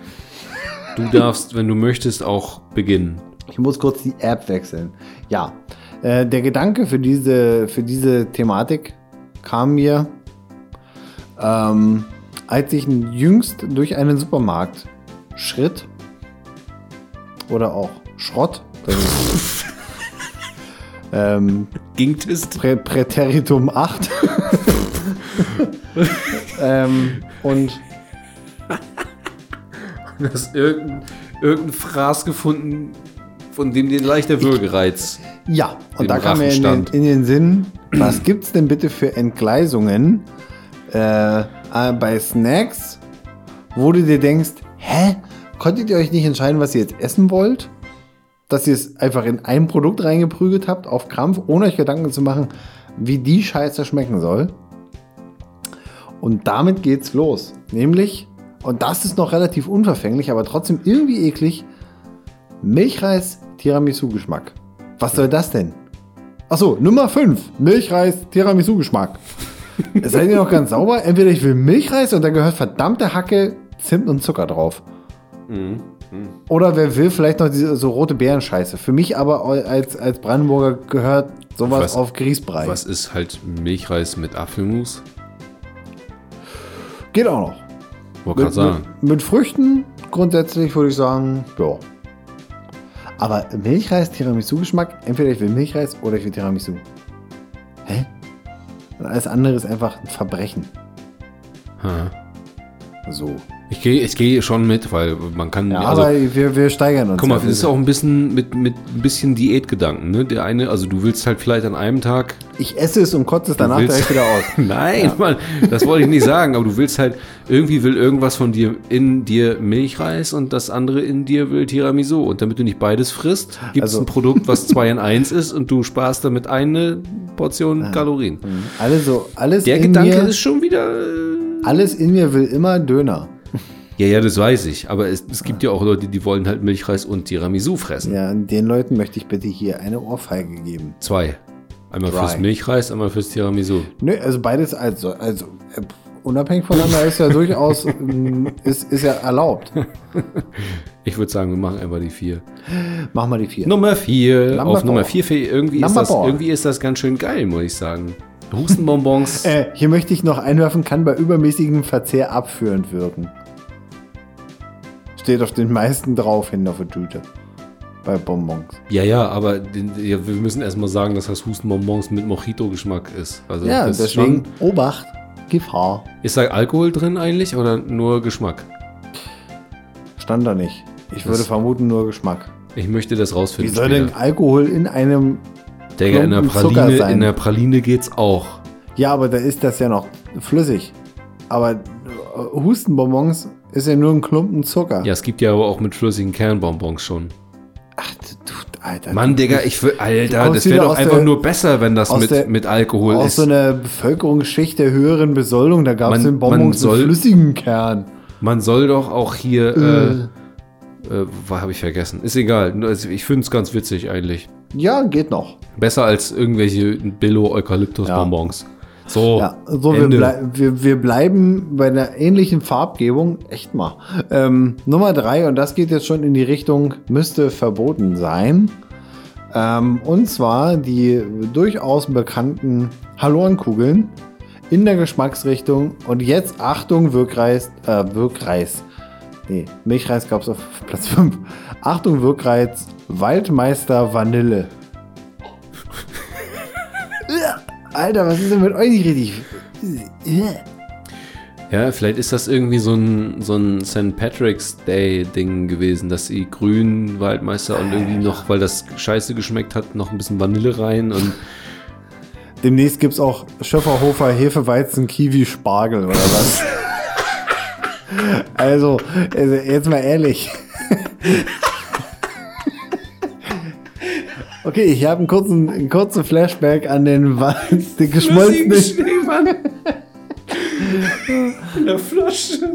S2: Du darfst, wenn du möchtest, auch beginnen.
S1: Ich muss kurz die App wechseln. Ja, Äh, der Gedanke für diese, für diese Thematik kam mir, ähm, als ich jüngst durch einen Supermarkt schritt oder auch Schrott. das <laughs> ist- ähm,
S2: Ging Twist.
S1: Prä Präteritum <laughs> 8. ähm, und
S2: Du hast irgendein, irgendein Fraß gefunden, von dem dir ein leichter Würgereiz.
S1: ja,
S2: Dem
S1: und da kam mir in den,
S2: Rachenstand.
S1: in den Sinn, was gibt's denn bitte für Entgleisungen äh, äh, bei Snacks, wo du dir denkst, hä, konntet ihr euch nicht entscheiden, was ihr jetzt essen wollt? Dass ihr es einfach in ein Produkt reingeprügelt habt, auf Krampf, ohne euch Gedanken zu machen, wie die Scheiße schmecken soll. Und damit geht's los. Nämlich, und das ist noch relativ unverfänglich, aber trotzdem irgendwie eklig, Milchreis Tiramisu Geschmack. Was soll das denn? Achso, Nummer 5. Milchreis Tiramisu
S2: <laughs>
S1: Geschmack. Seid ihr noch ganz sauber? Entweder ich will Milchreis und da gehört verdammte Hacke Zimt und Zucker drauf.
S2: Mhm.
S1: Oder wer will, vielleicht noch diese so rote Beerenscheiße. Für mich aber als, als Brandenburger gehört sowas
S2: Was-
S1: auf Grießbrei.
S2: Was ist halt Milchreis mit Apfelmus?
S1: Geht auch noch.
S2: Wollte gerade
S1: Mit,
S2: sagen.
S1: mit, mit Früchten grundsätzlich würde ich sagen, ja. Aber Milchreis, Tiramisu-Geschmack, entweder ich will Milchreis oder ich will Tiramisu. Hä? Und alles andere ist einfach ein Verbrechen.
S2: Ha.
S1: So.
S2: Ich gehe ich geh schon mit, weil man kann.
S1: Ja,
S2: also,
S1: aber wir, wir steigern uns.
S2: Guck mal,
S1: ja.
S2: das ist auch ein bisschen mit, mit ein bisschen Diätgedanken, ne? Der eine, also du willst halt vielleicht an einem Tag.
S1: ich esse es und kotze es danach
S2: willst-
S1: direkt wieder
S2: <laughs>
S1: aus.
S2: Nein, Mann, das wollte ich nicht sagen, aber du willst halt, irgendwie will irgendwas von dir in dir Milchreis und das andere in dir will Tiramisu. Und damit du nicht beides frisst, gibt es
S1: Also-
S2: ein Produkt, was 2 in 1 ist und du sparst damit eine Portion Kalorien.
S1: Alles so, alles
S2: Der
S1: Mhm. in
S2: Gedanke
S1: mir,
S2: ist schon wieder. äh,
S1: alles in mir will immer Döner.
S2: Ja, ja, das weiß ich. Aber es, es gibt ja auch Leute, die wollen halt Milchreis und Tiramisu fressen.
S1: Ja, und den Leuten möchte ich bitte hier eine Ohrfeige geben.
S2: Zwei. Einmal
S1: Drei.
S2: fürs Milchreis, einmal fürs Tiramisu.
S1: Nö, also beides, also, also äh, pf, unabhängig voneinander ist
S2: <laughs>
S1: ja durchaus, ähm, ist, ist ja erlaubt.
S2: Ich würde sagen, wir machen einfach die vier.
S1: Mach mal die vier.
S2: Nummer vier.
S1: Number
S2: Auf Nummer
S1: four.
S2: vier, vier irgendwie, ist
S1: Number
S2: das,
S1: four.
S2: irgendwie ist das ganz schön geil, muss ich sagen.
S1: <laughs>
S2: Hustenbonbons.
S1: Äh, hier möchte ich noch einwerfen, kann bei übermäßigem Verzehr abführend wirken. Steht auf den meisten drauf hinten auf der Tüte. Bei Bonbons.
S2: ja, ja, aber den, ja, wir müssen erstmal sagen, dass das Hustenbonbons mit Mojito-Geschmack ist. Also
S1: Ja,
S2: das ist
S1: deswegen
S2: Schon,
S1: Obacht, Gefahr.
S2: ist da Alkohol drin eigentlich oder nur Geschmack?
S1: Stand da nicht. Ich würde
S2: Das-
S1: vermuten, nur Geschmack.
S2: Ich möchte das
S1: Wie
S2: rausfinden.
S1: soll denn
S2: später.
S1: Alkohol in einem.
S2: Digga, in der
S1: Klumpen Zucker
S2: Praline,
S1: sein?
S2: in der Praline geht's auch.
S1: Ja, aber da ist das ja noch flüssig. Aber äh, Hustenbonbons ist ja nur ein Klumpen Zucker.
S2: Ja, es gibt ja aber auch mit flüssigen Kernbonbons schon.
S1: Ach, du, du Alter.
S2: Mann,
S1: du-
S2: Digga, ich will, Alter,
S1: kommst
S2: das wäre
S1: wieder
S2: doch
S1: aus
S2: einfach
S1: der-
S2: nur besser, wenn das
S1: aus
S2: mit,
S1: der-
S2: mit Alkohol
S1: Aus
S2: ist.
S1: so einer Bevölkerungsschicht der höheren Besoldung, da gab es
S2: Man-
S1: den
S2: man
S1: Bonbons
S2: soll-
S1: einen flüssigen Kern.
S2: Man soll doch auch hier, äh, äh, was habe ich vergessen? Ist egal. Nur, also Ich finde es ganz witzig eigentlich.
S1: Ja, geht noch.
S2: Besser als irgendwelche Billo-Eukalyptus-Bonbons. So,
S1: Ja, so wir,
S2: Oh, Ende.
S1: blei wir, wir bleiben bei einer ähnlichen Farbgebung. Echt mal. Ähm, Nummer drei, und das geht jetzt schon in die Richtung, müsste verboten sein. Ähm, und zwar die durchaus bekannten Hallorenkugeln in der Geschmacksrichtung. Und jetzt Achtung, Wirkreis, äh, Wirkreis. Nee, Milchreis gab es auf Platz 5. Achtung, Wirkreiz, Waldmeister Vanille. Alter, was ist denn mit euch nicht richtig? Äh.
S2: Ja, vielleicht ist das irgendwie so ein, so ein St. Patrick's Day-Ding gewesen, dass sie grün Waldmeister und irgendwie noch, weil das scheiße geschmeckt hat, noch ein bisschen Vanille
S1: <laughs>
S2: rein und
S1: Demnächst gibt es auch Schöfferhofer Hefeweizen Kiwi Spargel oder was? also, also, jetzt mal ehrlich. okay, ich habe einen kurzen, einen kurzen Flashback an den, Wa- den geschmolzenen
S2: Schneemann. <laughs> In der Flasche.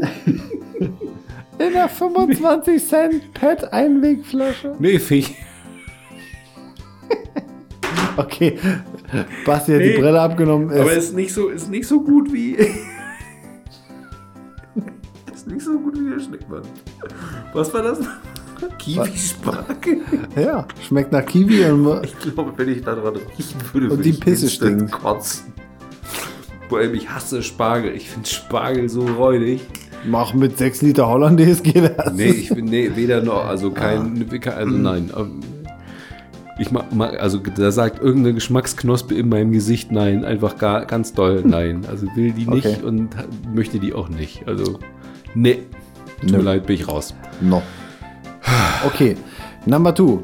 S1: <laughs> in der 25 Cent Pet Einwegflasche.
S2: Nee, Fisch.
S1: Okay, Basti hat
S2: Nee,
S1: die Brille abgenommen.
S2: Aber
S1: Es-
S2: ist nicht so, ist nicht so gut wie. <laughs> ist nicht so gut wie der Schneemann. Was war das? Kiwi-Spargel.
S1: Ja, schmeckt nach Kiwi und
S2: <laughs> Ich glaube, wenn ich daran riechen würde,
S1: Und
S2: würde
S1: die
S2: ich
S1: Pisse
S2: instant
S1: stinkt.
S2: kotzen. Vor allem, ich hasse Spargel. Ich finde Spargel so räudig.
S1: mach mit 6 Liter Hollandaise geht das.
S2: Nee, ich bin nee, weder noch,
S1: Ah.
S2: also kein, kein- also
S1: Hm.
S2: nein. ähm, Ich mag, mag, also da sagt irgendeine Geschmacksknospe in meinem Gesicht nein, einfach gar, ganz doll nein. Also will die nicht
S1: Hm. Okay.
S2: und ha- möchte die auch nicht. Also, nee. Tut mir
S1: Nö.
S2: leid, bin ich raus.
S1: No. Okay, Number 2,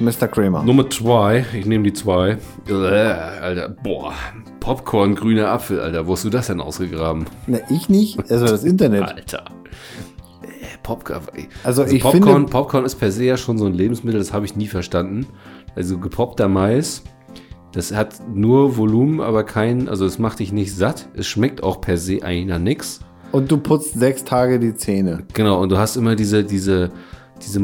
S1: Mr. Kramer.
S2: Nummer zwei, ich nehme die zwei. Äh, Alter, boah. Popcorn, grüner Apfel, Alter. Wo hast du das denn ausgegraben?
S1: Na, ich nicht, also das Internet.
S2: Alter. Äh, Popcorn. ey.
S1: Also ich
S2: Popcorn,
S1: finde-
S2: Popcorn ist per se ja schon so ein Lebensmittel, das habe ich nie verstanden. Also gepoppter Mais, das hat nur Volumen, aber kein, also es macht dich nicht satt. Es schmeckt auch per se eigentlich nach nix.
S1: Und du putzt sechs Tage die Zähne.
S2: Genau, und du hast immer diese, diese, diese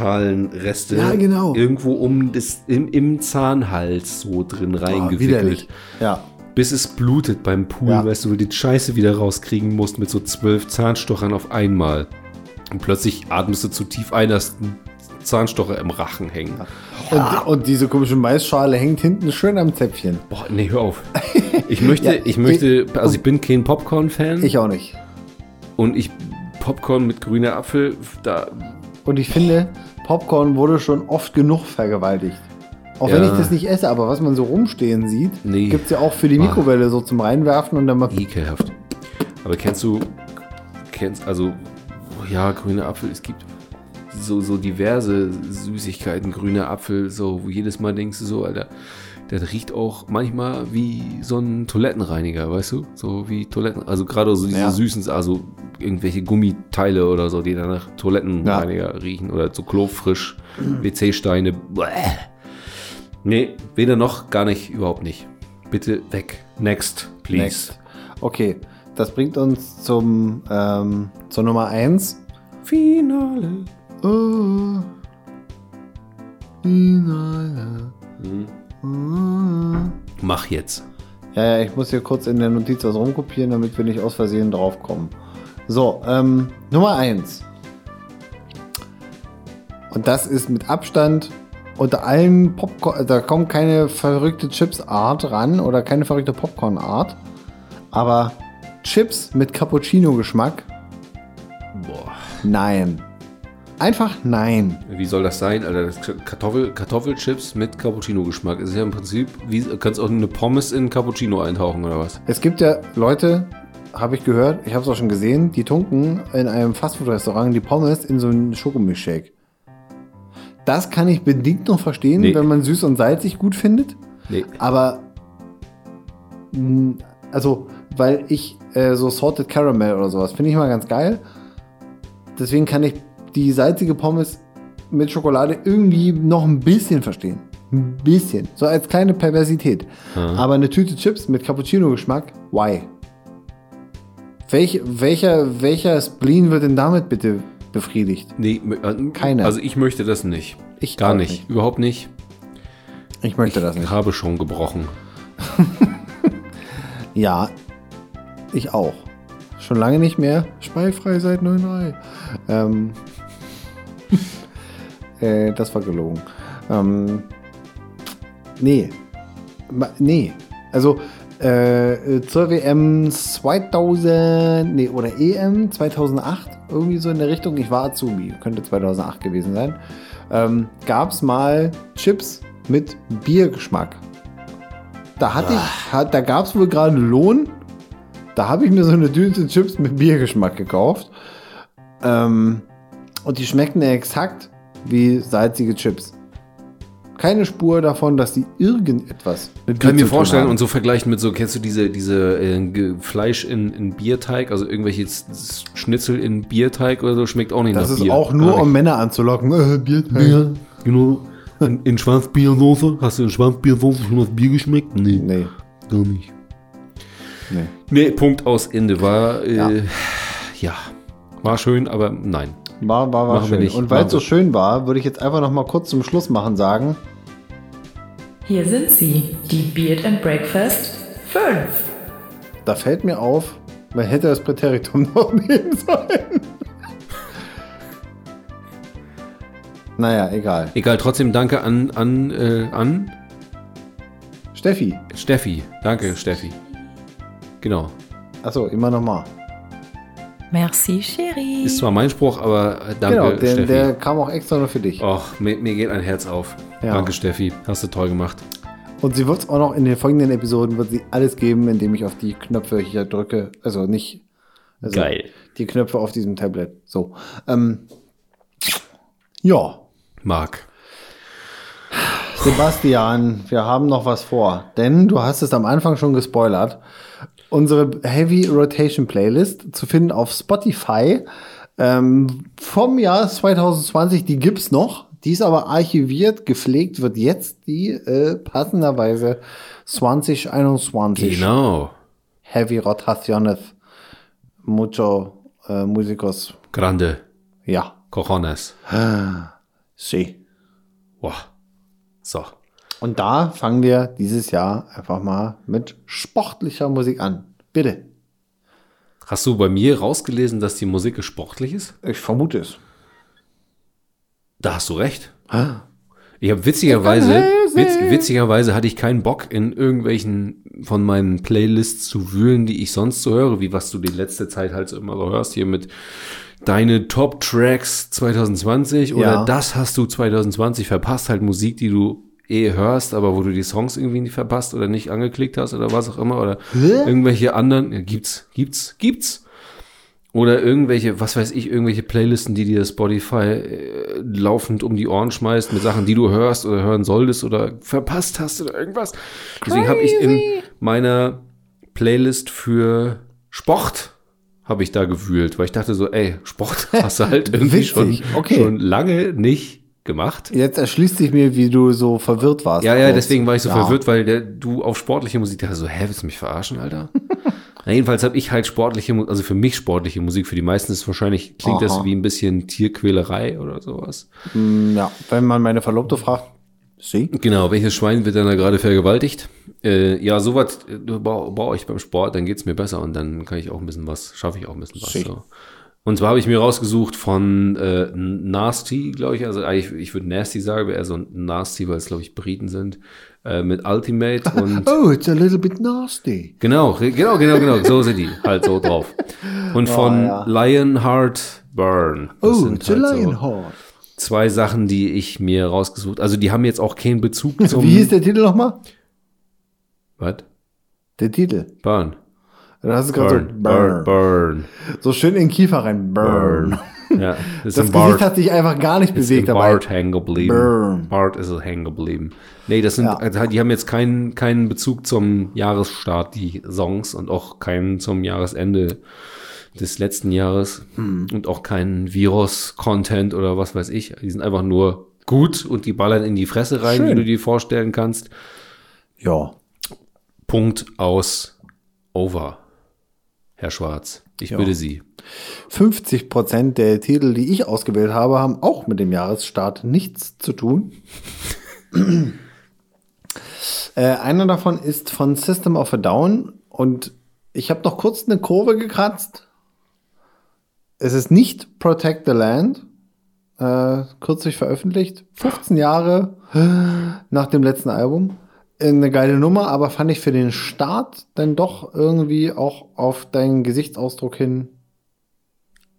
S2: Maisschalenreste
S1: Ja, genau.
S2: irgendwo um das, im, im Zahnhals so drin reingewickelt.
S1: Ja,
S2: bis es blutet beim Pool,
S1: Ja.
S2: weißt du, weil du die Scheiße wieder rauskriegen musst mit so zwölf Zahnstochern auf einmal. Und plötzlich atmest du zu tief ein, hast einen Zahnstocher im Rachen hängen.
S1: Und, und diese komische Maisschale hängt hinten schön am Zäpfchen.
S2: Boah, nee,
S1: <laughs>
S2: hör auf. Ich möchte,
S1: Ja,
S2: ich möchte, also ich bin kein Popcorn-Fan
S1: Ich auch nicht.
S2: und ich Popcorn mit grüner Apfel, da,
S1: Und ich finde, Popcorn wurde schon oft genug vergewaltigt. Auch wenn
S2: Ja.
S1: ich das nicht esse, aber was man so rumstehen sieht,
S2: Nee.
S1: gibt's gibt es ja auch für die Mikrowelle so zum Reinwerfen und dann mal.
S2: ekelhaft. Aber kennst du, kennst, also, oh ja, grüner Apfel, es gibt so, so diverse Süßigkeiten, grüner Apfel, so, wo jedes Mal denkst du so, Alter, das riecht auch manchmal wie so ein Toilettenreiniger, weißt du? So wie Toiletten, also gerade so diese
S1: Ja.
S2: süßen, also irgendwelche Gummiteile oder so, die dann nach Toilettenreiniger riechen oder so klofrisch, WC-Steine, bäh. Nee, weder noch, gar nicht, überhaupt nicht. Bitte weg. Next, please.
S1: Next. Okay, das bringt uns zum, ähm, zur Nummer 1.
S2: Finale.
S1: Oh, Finale.
S2: Mach jetzt.
S1: Ja, ja, ich muss hier kurz in der Notiz was rumkopieren, damit wir nicht aus Versehen draufkommen. So, ähm, Nummer 1. Und das ist mit Abstand unter allen Popcorn, da kommt keine verrückte Chips-Art ran oder keine verrückte Popcorn-Art. Aber Chips mit Cappuccino-Geschmack?
S2: Boah.
S1: Nein. Einfach nein.
S2: Wie soll das sein, Alter? Das Kartoffel, Kartoffelchips mit Cappuccino-Geschmack. Ist ja im Prinzip, wie, kannst auch eine Pommes in Cappuccino eintauchen oder was?
S1: Es gibt ja Leute, habe ich gehört, ich habe es auch schon gesehen, die tunken in einem Fastfood-Restaurant die Pommes in so einen Schokomilchshake. Das kann ich bedingt noch verstehen,
S2: Nee.
S1: wenn man süß und salzig gut findet.
S2: Nee.
S1: Aber, mh, also, weil ich äh, so Salted Caramel oder sowas finde ich mal ganz geil. Deswegen kann ich die salzige Pommes mit Schokolade irgendwie noch ein bisschen verstehen. Ein bisschen. So als kleine Perversität. Aber eine Tüte Chips mit Cappuccino-Geschmack, why? Welch, welcher, welcher Spleen wird denn damit bitte befriedigt?
S2: Nee, mö- äh,
S1: Keine.
S2: Also ich möchte das nicht.
S1: Ich
S2: Gar
S1: auch
S2: nicht.
S1: nicht.
S2: Überhaupt nicht.
S1: Ich möchte das
S2: Ich
S1: nicht.
S2: habe schon gebrochen.
S1: Ja, ich auch. Schon lange nicht mehr. Speifrei seit 9.3. Ähm, <laughs> äh, das war gelogen. Ähm, nee. Ma- Nee. Also äh, äh, zur WM 2000, nee, oder EM 2008, irgendwie so in der Richtung. Ich war Azubi, könnte 2008 gewesen sein. Ähm, Gab es mal Chips mit Biergeschmack. Da hatte
S2: Ah.
S1: ich, hat, da gab es wohl gerade Lohn. Da habe ich mir so eine Düte Chips mit Biergeschmack gekauft. Ähm, und die schmeckten exakt wie salzige Chips. Keine Spur davon, dass sie irgendetwas mit
S2: Kann
S1: Bier
S2: mir
S1: zu tun
S2: vorstellen
S1: haben.
S2: und so vergleichen mit so, kennst du diese, diese äh, Ge- Fleisch in, in Bierteig, also irgendwelche S- S- Schnitzel in Bierteig oder so, schmeckt auch nicht
S1: Das
S2: nach
S1: ist
S2: Bier.
S1: auch
S2: Gar
S1: nur,
S2: nicht.
S1: um Männer anzulocken. Äh, Bier,
S5: Bier, genau. In, in Schwarzbiersoße? Hast du in Schwarzbiersoße schon das Bier geschmeckt? Nee,
S1: Nee,
S5: gar nicht.
S1: nee.
S2: Nee, Punkt aus Ende. War, äh, ja.
S1: Ja.
S2: war schön, aber nein.
S1: War, war, war
S2: Machen wir
S1: schön.
S2: nicht.
S1: Und weil
S2: Machen
S1: es so
S2: wir.
S1: schön war, würde ich jetzt einfach noch mal kurz zum Schluss machen sagen,
S4: Hier sind sie, die Beard and Breakfast 5.
S1: da fällt mir auf, man hätte <laughs> das Präteritum noch nehmen sollen. Naja, egal.
S2: Egal, trotzdem danke an, an, äh, an
S1: Steffi.
S2: Steffi. Danke, Steffi. Genau.
S1: Achso, immer nochmal.
S4: Merci, Chérie.
S2: Ist zwar mein Spruch, aber äh, danke,
S1: Genau, der,
S2: Steffi. Oh.
S1: der kam auch extra nur für dich.
S2: Och, mir, mir geht ein Herz auf.
S1: Ja.
S2: Danke, Steffi. Hast du toll gemacht.
S1: Und sie wird es auch noch in den folgenden Episoden, wird sie alles geben, indem ich auf die Knöpfe hier drücke. Also nicht. Also
S2: Geil.
S1: Die Knöpfe auf diesem Tablet. So. Ähm, ja,
S2: Marc.
S1: Sebastian, wir haben noch was vor. Denn du hast es am Anfang schon gespoilert. Unsere Heavy Rotation Playlist zu finden auf Spotify ähm, vom Jahr 2020, die gibt's noch. Die ist aber archiviert, gepflegt wird jetzt die äh, passenderweise 2021
S2: Genau.
S1: Heavy Rotaciones Mucho äh, Musicos.
S2: Grande.
S1: Ja,
S2: Cojones.
S1: sí.
S2: Wow. So.
S1: Und da fangen wir dieses Jahr einfach mal mit sportlicher Musik an. Bitte.
S2: Hast du bei mir rausgelesen, dass die Musik sportlich ist?
S1: Ich vermute es.
S2: Da hast du recht.
S1: Ah,
S2: Ich habe witzigerweise, witz, witzigerweise hatte ich keinen Bock, in irgendwelchen von meinen Playlists zu wühlen, die ich sonst so höre, wie was du die letzte Zeit halt so immer so hörst, hier mit deine Top Tracks 2020 oder
S1: Ja.
S2: das hast du 2020 verpasst, halt Musik, die du eh hörst, aber wo du die Songs irgendwie nicht verpasst oder nicht angeklickt hast oder was auch immer oder irgendwelche anderen, ja, gibt's, gibt's, gibt's. Oder irgendwelche, was weiß ich, irgendwelche Playlisten, die dir Spotify äh, laufend um die Ohren schmeißt mit Sachen, die du hörst oder hören solltest oder verpasst hast oder irgendwas. Deswegen habe ich in meiner Playlist für Sport habe ich da gewühlt, weil ich dachte so, ey, Sport <laughs> hast du halt irgendwie schon,
S1: Witzig, okay.
S2: schon lange nicht gemacht.
S1: Jetzt erschließt sich mir, wie du so verwirrt warst.
S2: Ja, ja,
S1: Kurz.
S2: deswegen war ich so
S1: Ja.
S2: verwirrt, weil der, du auf sportliche Musik dachtest, so, hä, willst du mich verarschen, Alter? Na, jedenfalls habe ich halt sportliche, Mu- also für mich sportliche Musik, für die meisten ist wahrscheinlich, klingt das
S1: Aha.
S2: wie ein bisschen Tierquälerei oder sowas.
S1: Ja, wenn man meine Verlobte fragt, sie?
S2: Genau, welches Schwein wird dann da gerade vergewaltigt? Äh, ja, sowas äh, brau- brauche ich beim Sport, dann geht's mir besser und dann kann ich auch ein bisschen was, schaffe ich auch ein bisschen was.
S1: Sicher.
S2: So. Und zwar habe ich mir rausgesucht von äh, Nasty, glaube ich, also eigentlich, ich würde Nasty sagen, aber eher so Nasty, weil es, glaube ich, Briten sind, äh, mit Ultimate
S1: <laughs>
S2: und
S1: Oh, it's a little bit nasty.
S2: Genau, ri- genau, genau, genau. So sind die halt so drauf. Und von
S1: Oh, ja.
S2: Lionheart Burn. Das
S1: Oh,
S2: sind
S1: it's a
S2: halt so
S1: lionheart.
S2: zwei Sachen, die ich mir rausgesucht. Also die haben jetzt auch keinen Bezug
S1: <laughs>
S2: zum.
S1: Wie hieß der Titel nochmal?
S2: Was?
S1: Der Titel.
S2: Burn.
S1: Da hast du gerade so
S2: Burn.
S1: burn.
S2: Burn. Burn.
S1: So schön in den Kiefer rein. Burn.
S2: Burn. Ja, das ist
S1: Das Gesicht
S2: ein Bart.
S1: hat sich einfach gar nicht
S2: Ist im
S1: bewegt dabei.
S2: Bart hängen geblieben.
S1: Burn.
S2: Bart ist es hängen geblieben. Nee, das sind,
S1: Ja.
S2: also die haben jetzt keinen, keinen Bezug zum Jahresstart, die Songs, und auch keinen zum Jahresende des letzten Jahres
S1: Hm.
S2: und auch keinen Virus-Content oder was weiß ich. Die sind einfach nur gut und die ballern in die Fresse rein, wie
S1: Schön.
S2: du dir vorstellen kannst.
S1: Ja.
S2: Punkt aus Over. Herr Schwarz, ich bitte Sie.
S1: 50 Prozent der Titel, die ich ausgewählt habe, haben auch mit dem Jahresstart nichts zu tun. <clears throat> äh, einer davon ist von System of a Down und ich habe noch kurz eine Kurve gekratzt. Es ist nicht Protect the Land, äh, kürzlich veröffentlicht, 15 Jahre <gasps> nach dem letzten Album. Eine geile Nummer, aber fand ich für den Start dann doch irgendwie auch auf deinen Gesichtsausdruck hin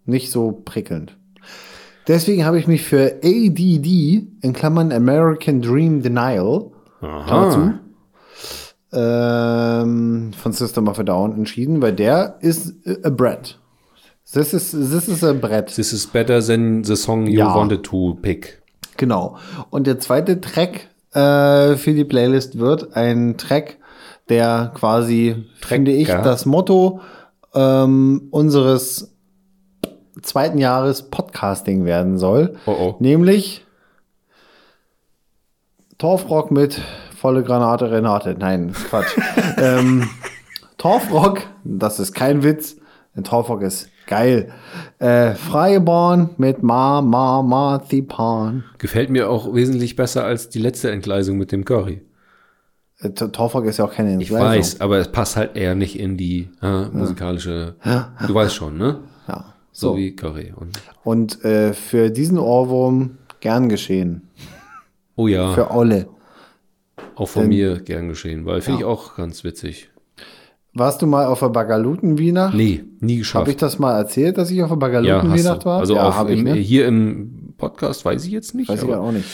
S1: nicht so prickelnd. Deswegen habe ich mich für ADD, in Klammern American Dream Denial, Klammer zu, ähm, von System of a Down entschieden, weil der ist äh, a Brett. This is, this is a Brett.
S2: This is better than the song you
S1: Ja.
S2: wanted to pick.
S1: Genau. Und der zweite Track äh, für die Playlist wird ein Track, der quasi, finde ich,
S2: ja.
S1: das Motto ähm, unseres zweiten Jahres Podcasting werden soll.
S2: Oh, oh.
S1: Nämlich Torfrock mit volle Granate Renate. Nein, ist
S2: <laughs>
S1: Quatsch. ähm, Torfrock, das ist kein Witz, denn Torfrock ist geil. Äh, Freiborn mit Ma, Ma, Ma, Thipan.
S2: Gefällt mir auch wesentlich besser als die letzte Entgleisung mit dem Curry.
S1: Äh, T- Torfrock ist ja auch keine
S2: Ich weiß, aber es passt halt eher nicht in die äh, musikalische. Du weißt schon, ne?
S1: Ja.
S2: So,
S1: So.
S2: wie Curry. Und
S1: Und äh, für diesen Ohrwurm Gern geschehen.
S2: Oh ja,
S1: Für Olle.
S2: auch
S1: Ähm,
S2: von mir gern geschehen, weil finde ich auch ganz witzig.
S1: Warst du mal auf der Bagaluten-Wienacht?
S2: Nee, nie geschafft.
S1: Habe ich das mal erzählt, dass ich auf der
S2: ja, hast
S1: Bagaluten-Wienacht
S2: du.
S1: war?
S2: Also
S1: ja,
S2: auf,
S1: habe ich,
S2: im,
S1: ne?
S2: hier im Podcast weiß ich jetzt nicht.
S1: Weiß ich
S2: aber
S1: ja auch nicht.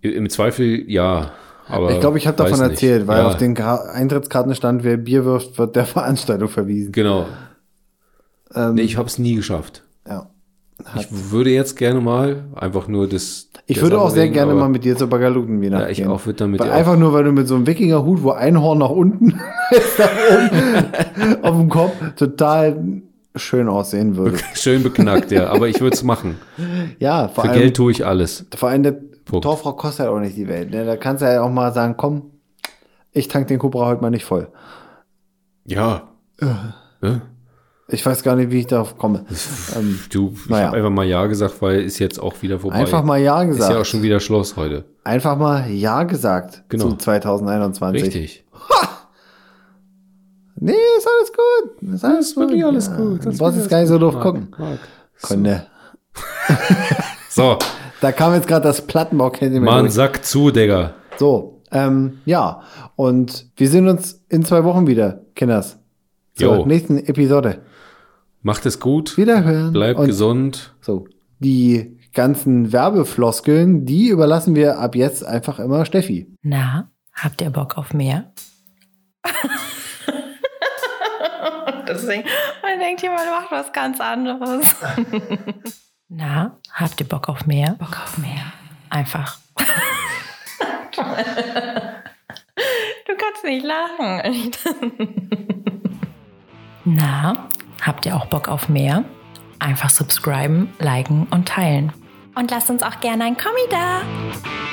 S2: Im Zweifel ja. Aber
S1: Ich glaube, ich habe davon
S2: weiß nicht.
S1: erzählt, weil
S2: ja,
S1: auf den Ka- Eintrittskarten stand, wer Bier wirft, wird der <laughs> Veranstaltung verwiesen.
S2: Genau.
S1: Ähm,
S2: nee, ich habe es nie geschafft.
S1: Ja.
S2: Ich würde jetzt gerne mal einfach nur das.
S1: Ich
S2: der
S1: würde
S2: Sache
S1: auch sehr
S2: wegen,
S1: gerne
S2: aber-
S1: mal mit dir zur Bagaluten Wienacht
S2: Ja, ich
S1: gehen.
S2: auch, würd damit
S1: weil
S2: ja auch-
S1: einfach nur, weil du mit so einem Wikingerhut, wo ein Horn nach unten <laughs> ist, nach
S2: <laughs>
S1: oben auf dem Kopf, total schön aussehen würde.
S2: Schön beknackt, ja. Aber ich würde es machen.
S1: Ja, vor
S2: Für
S1: allem,
S2: Geld tue ich alles.
S1: vor allem der
S2: Punkt.
S1: Torfrau kostet halt auch nicht die Welt. Ne? Da kannst du ja auch mal sagen, komm, ich tank den Cobra heute mal nicht voll.
S2: Ja.
S1: Äh.
S2: Ne?
S1: Ähm, Ich weiß gar nicht, wie ich darauf
S2: <laughs>
S1: komme. ähm,
S2: Du, ich
S1: Naja.
S2: habe einfach mal Ja gesagt, weil ist jetzt auch wieder vorbei.
S1: einfach mal Ja
S2: Ist
S1: gesagt.
S2: ja auch schon wieder Schluss heute.
S1: einfach mal Ja gesagt
S2: Genau.
S1: zu 2021.
S2: Richtig.
S1: Nee, ist alles gut. Ist alles gut.
S2: wirklich alles
S1: ja.
S2: gut. Das
S1: Du brauchst
S2: ist
S1: jetzt gar nicht so doof gucken.
S2: Marc.
S1: Kunde.
S2: So,
S1: Da kam jetzt gerade das Plattenbau hinter mir
S2: Mann,
S1: durch.
S2: Sack zu, Digga.
S1: So, ähm, ja. Und wir sehen uns in zwei Wochen wieder, Kinders. Zur
S2: Jo.
S1: nächsten Episode.
S2: Macht es gut.
S1: Wiederhören.
S2: Bleibt
S1: Und
S2: gesund.
S1: So, die ganzen Werbefloskeln, die überlassen wir ab jetzt einfach immer Steffi.
S4: Na, habt ihr Bock auf mehr? Deswegen, man denkt, jemand macht was ganz anderes. <laughs> Na, habt ihr Bock auf mehr? Bock auf mehr. Einfach. du kannst nicht lachen. Na, habt ihr auch Bock auf mehr? Einfach subscriben, liken und teilen. Und lasst uns auch gerne ein Kommi da.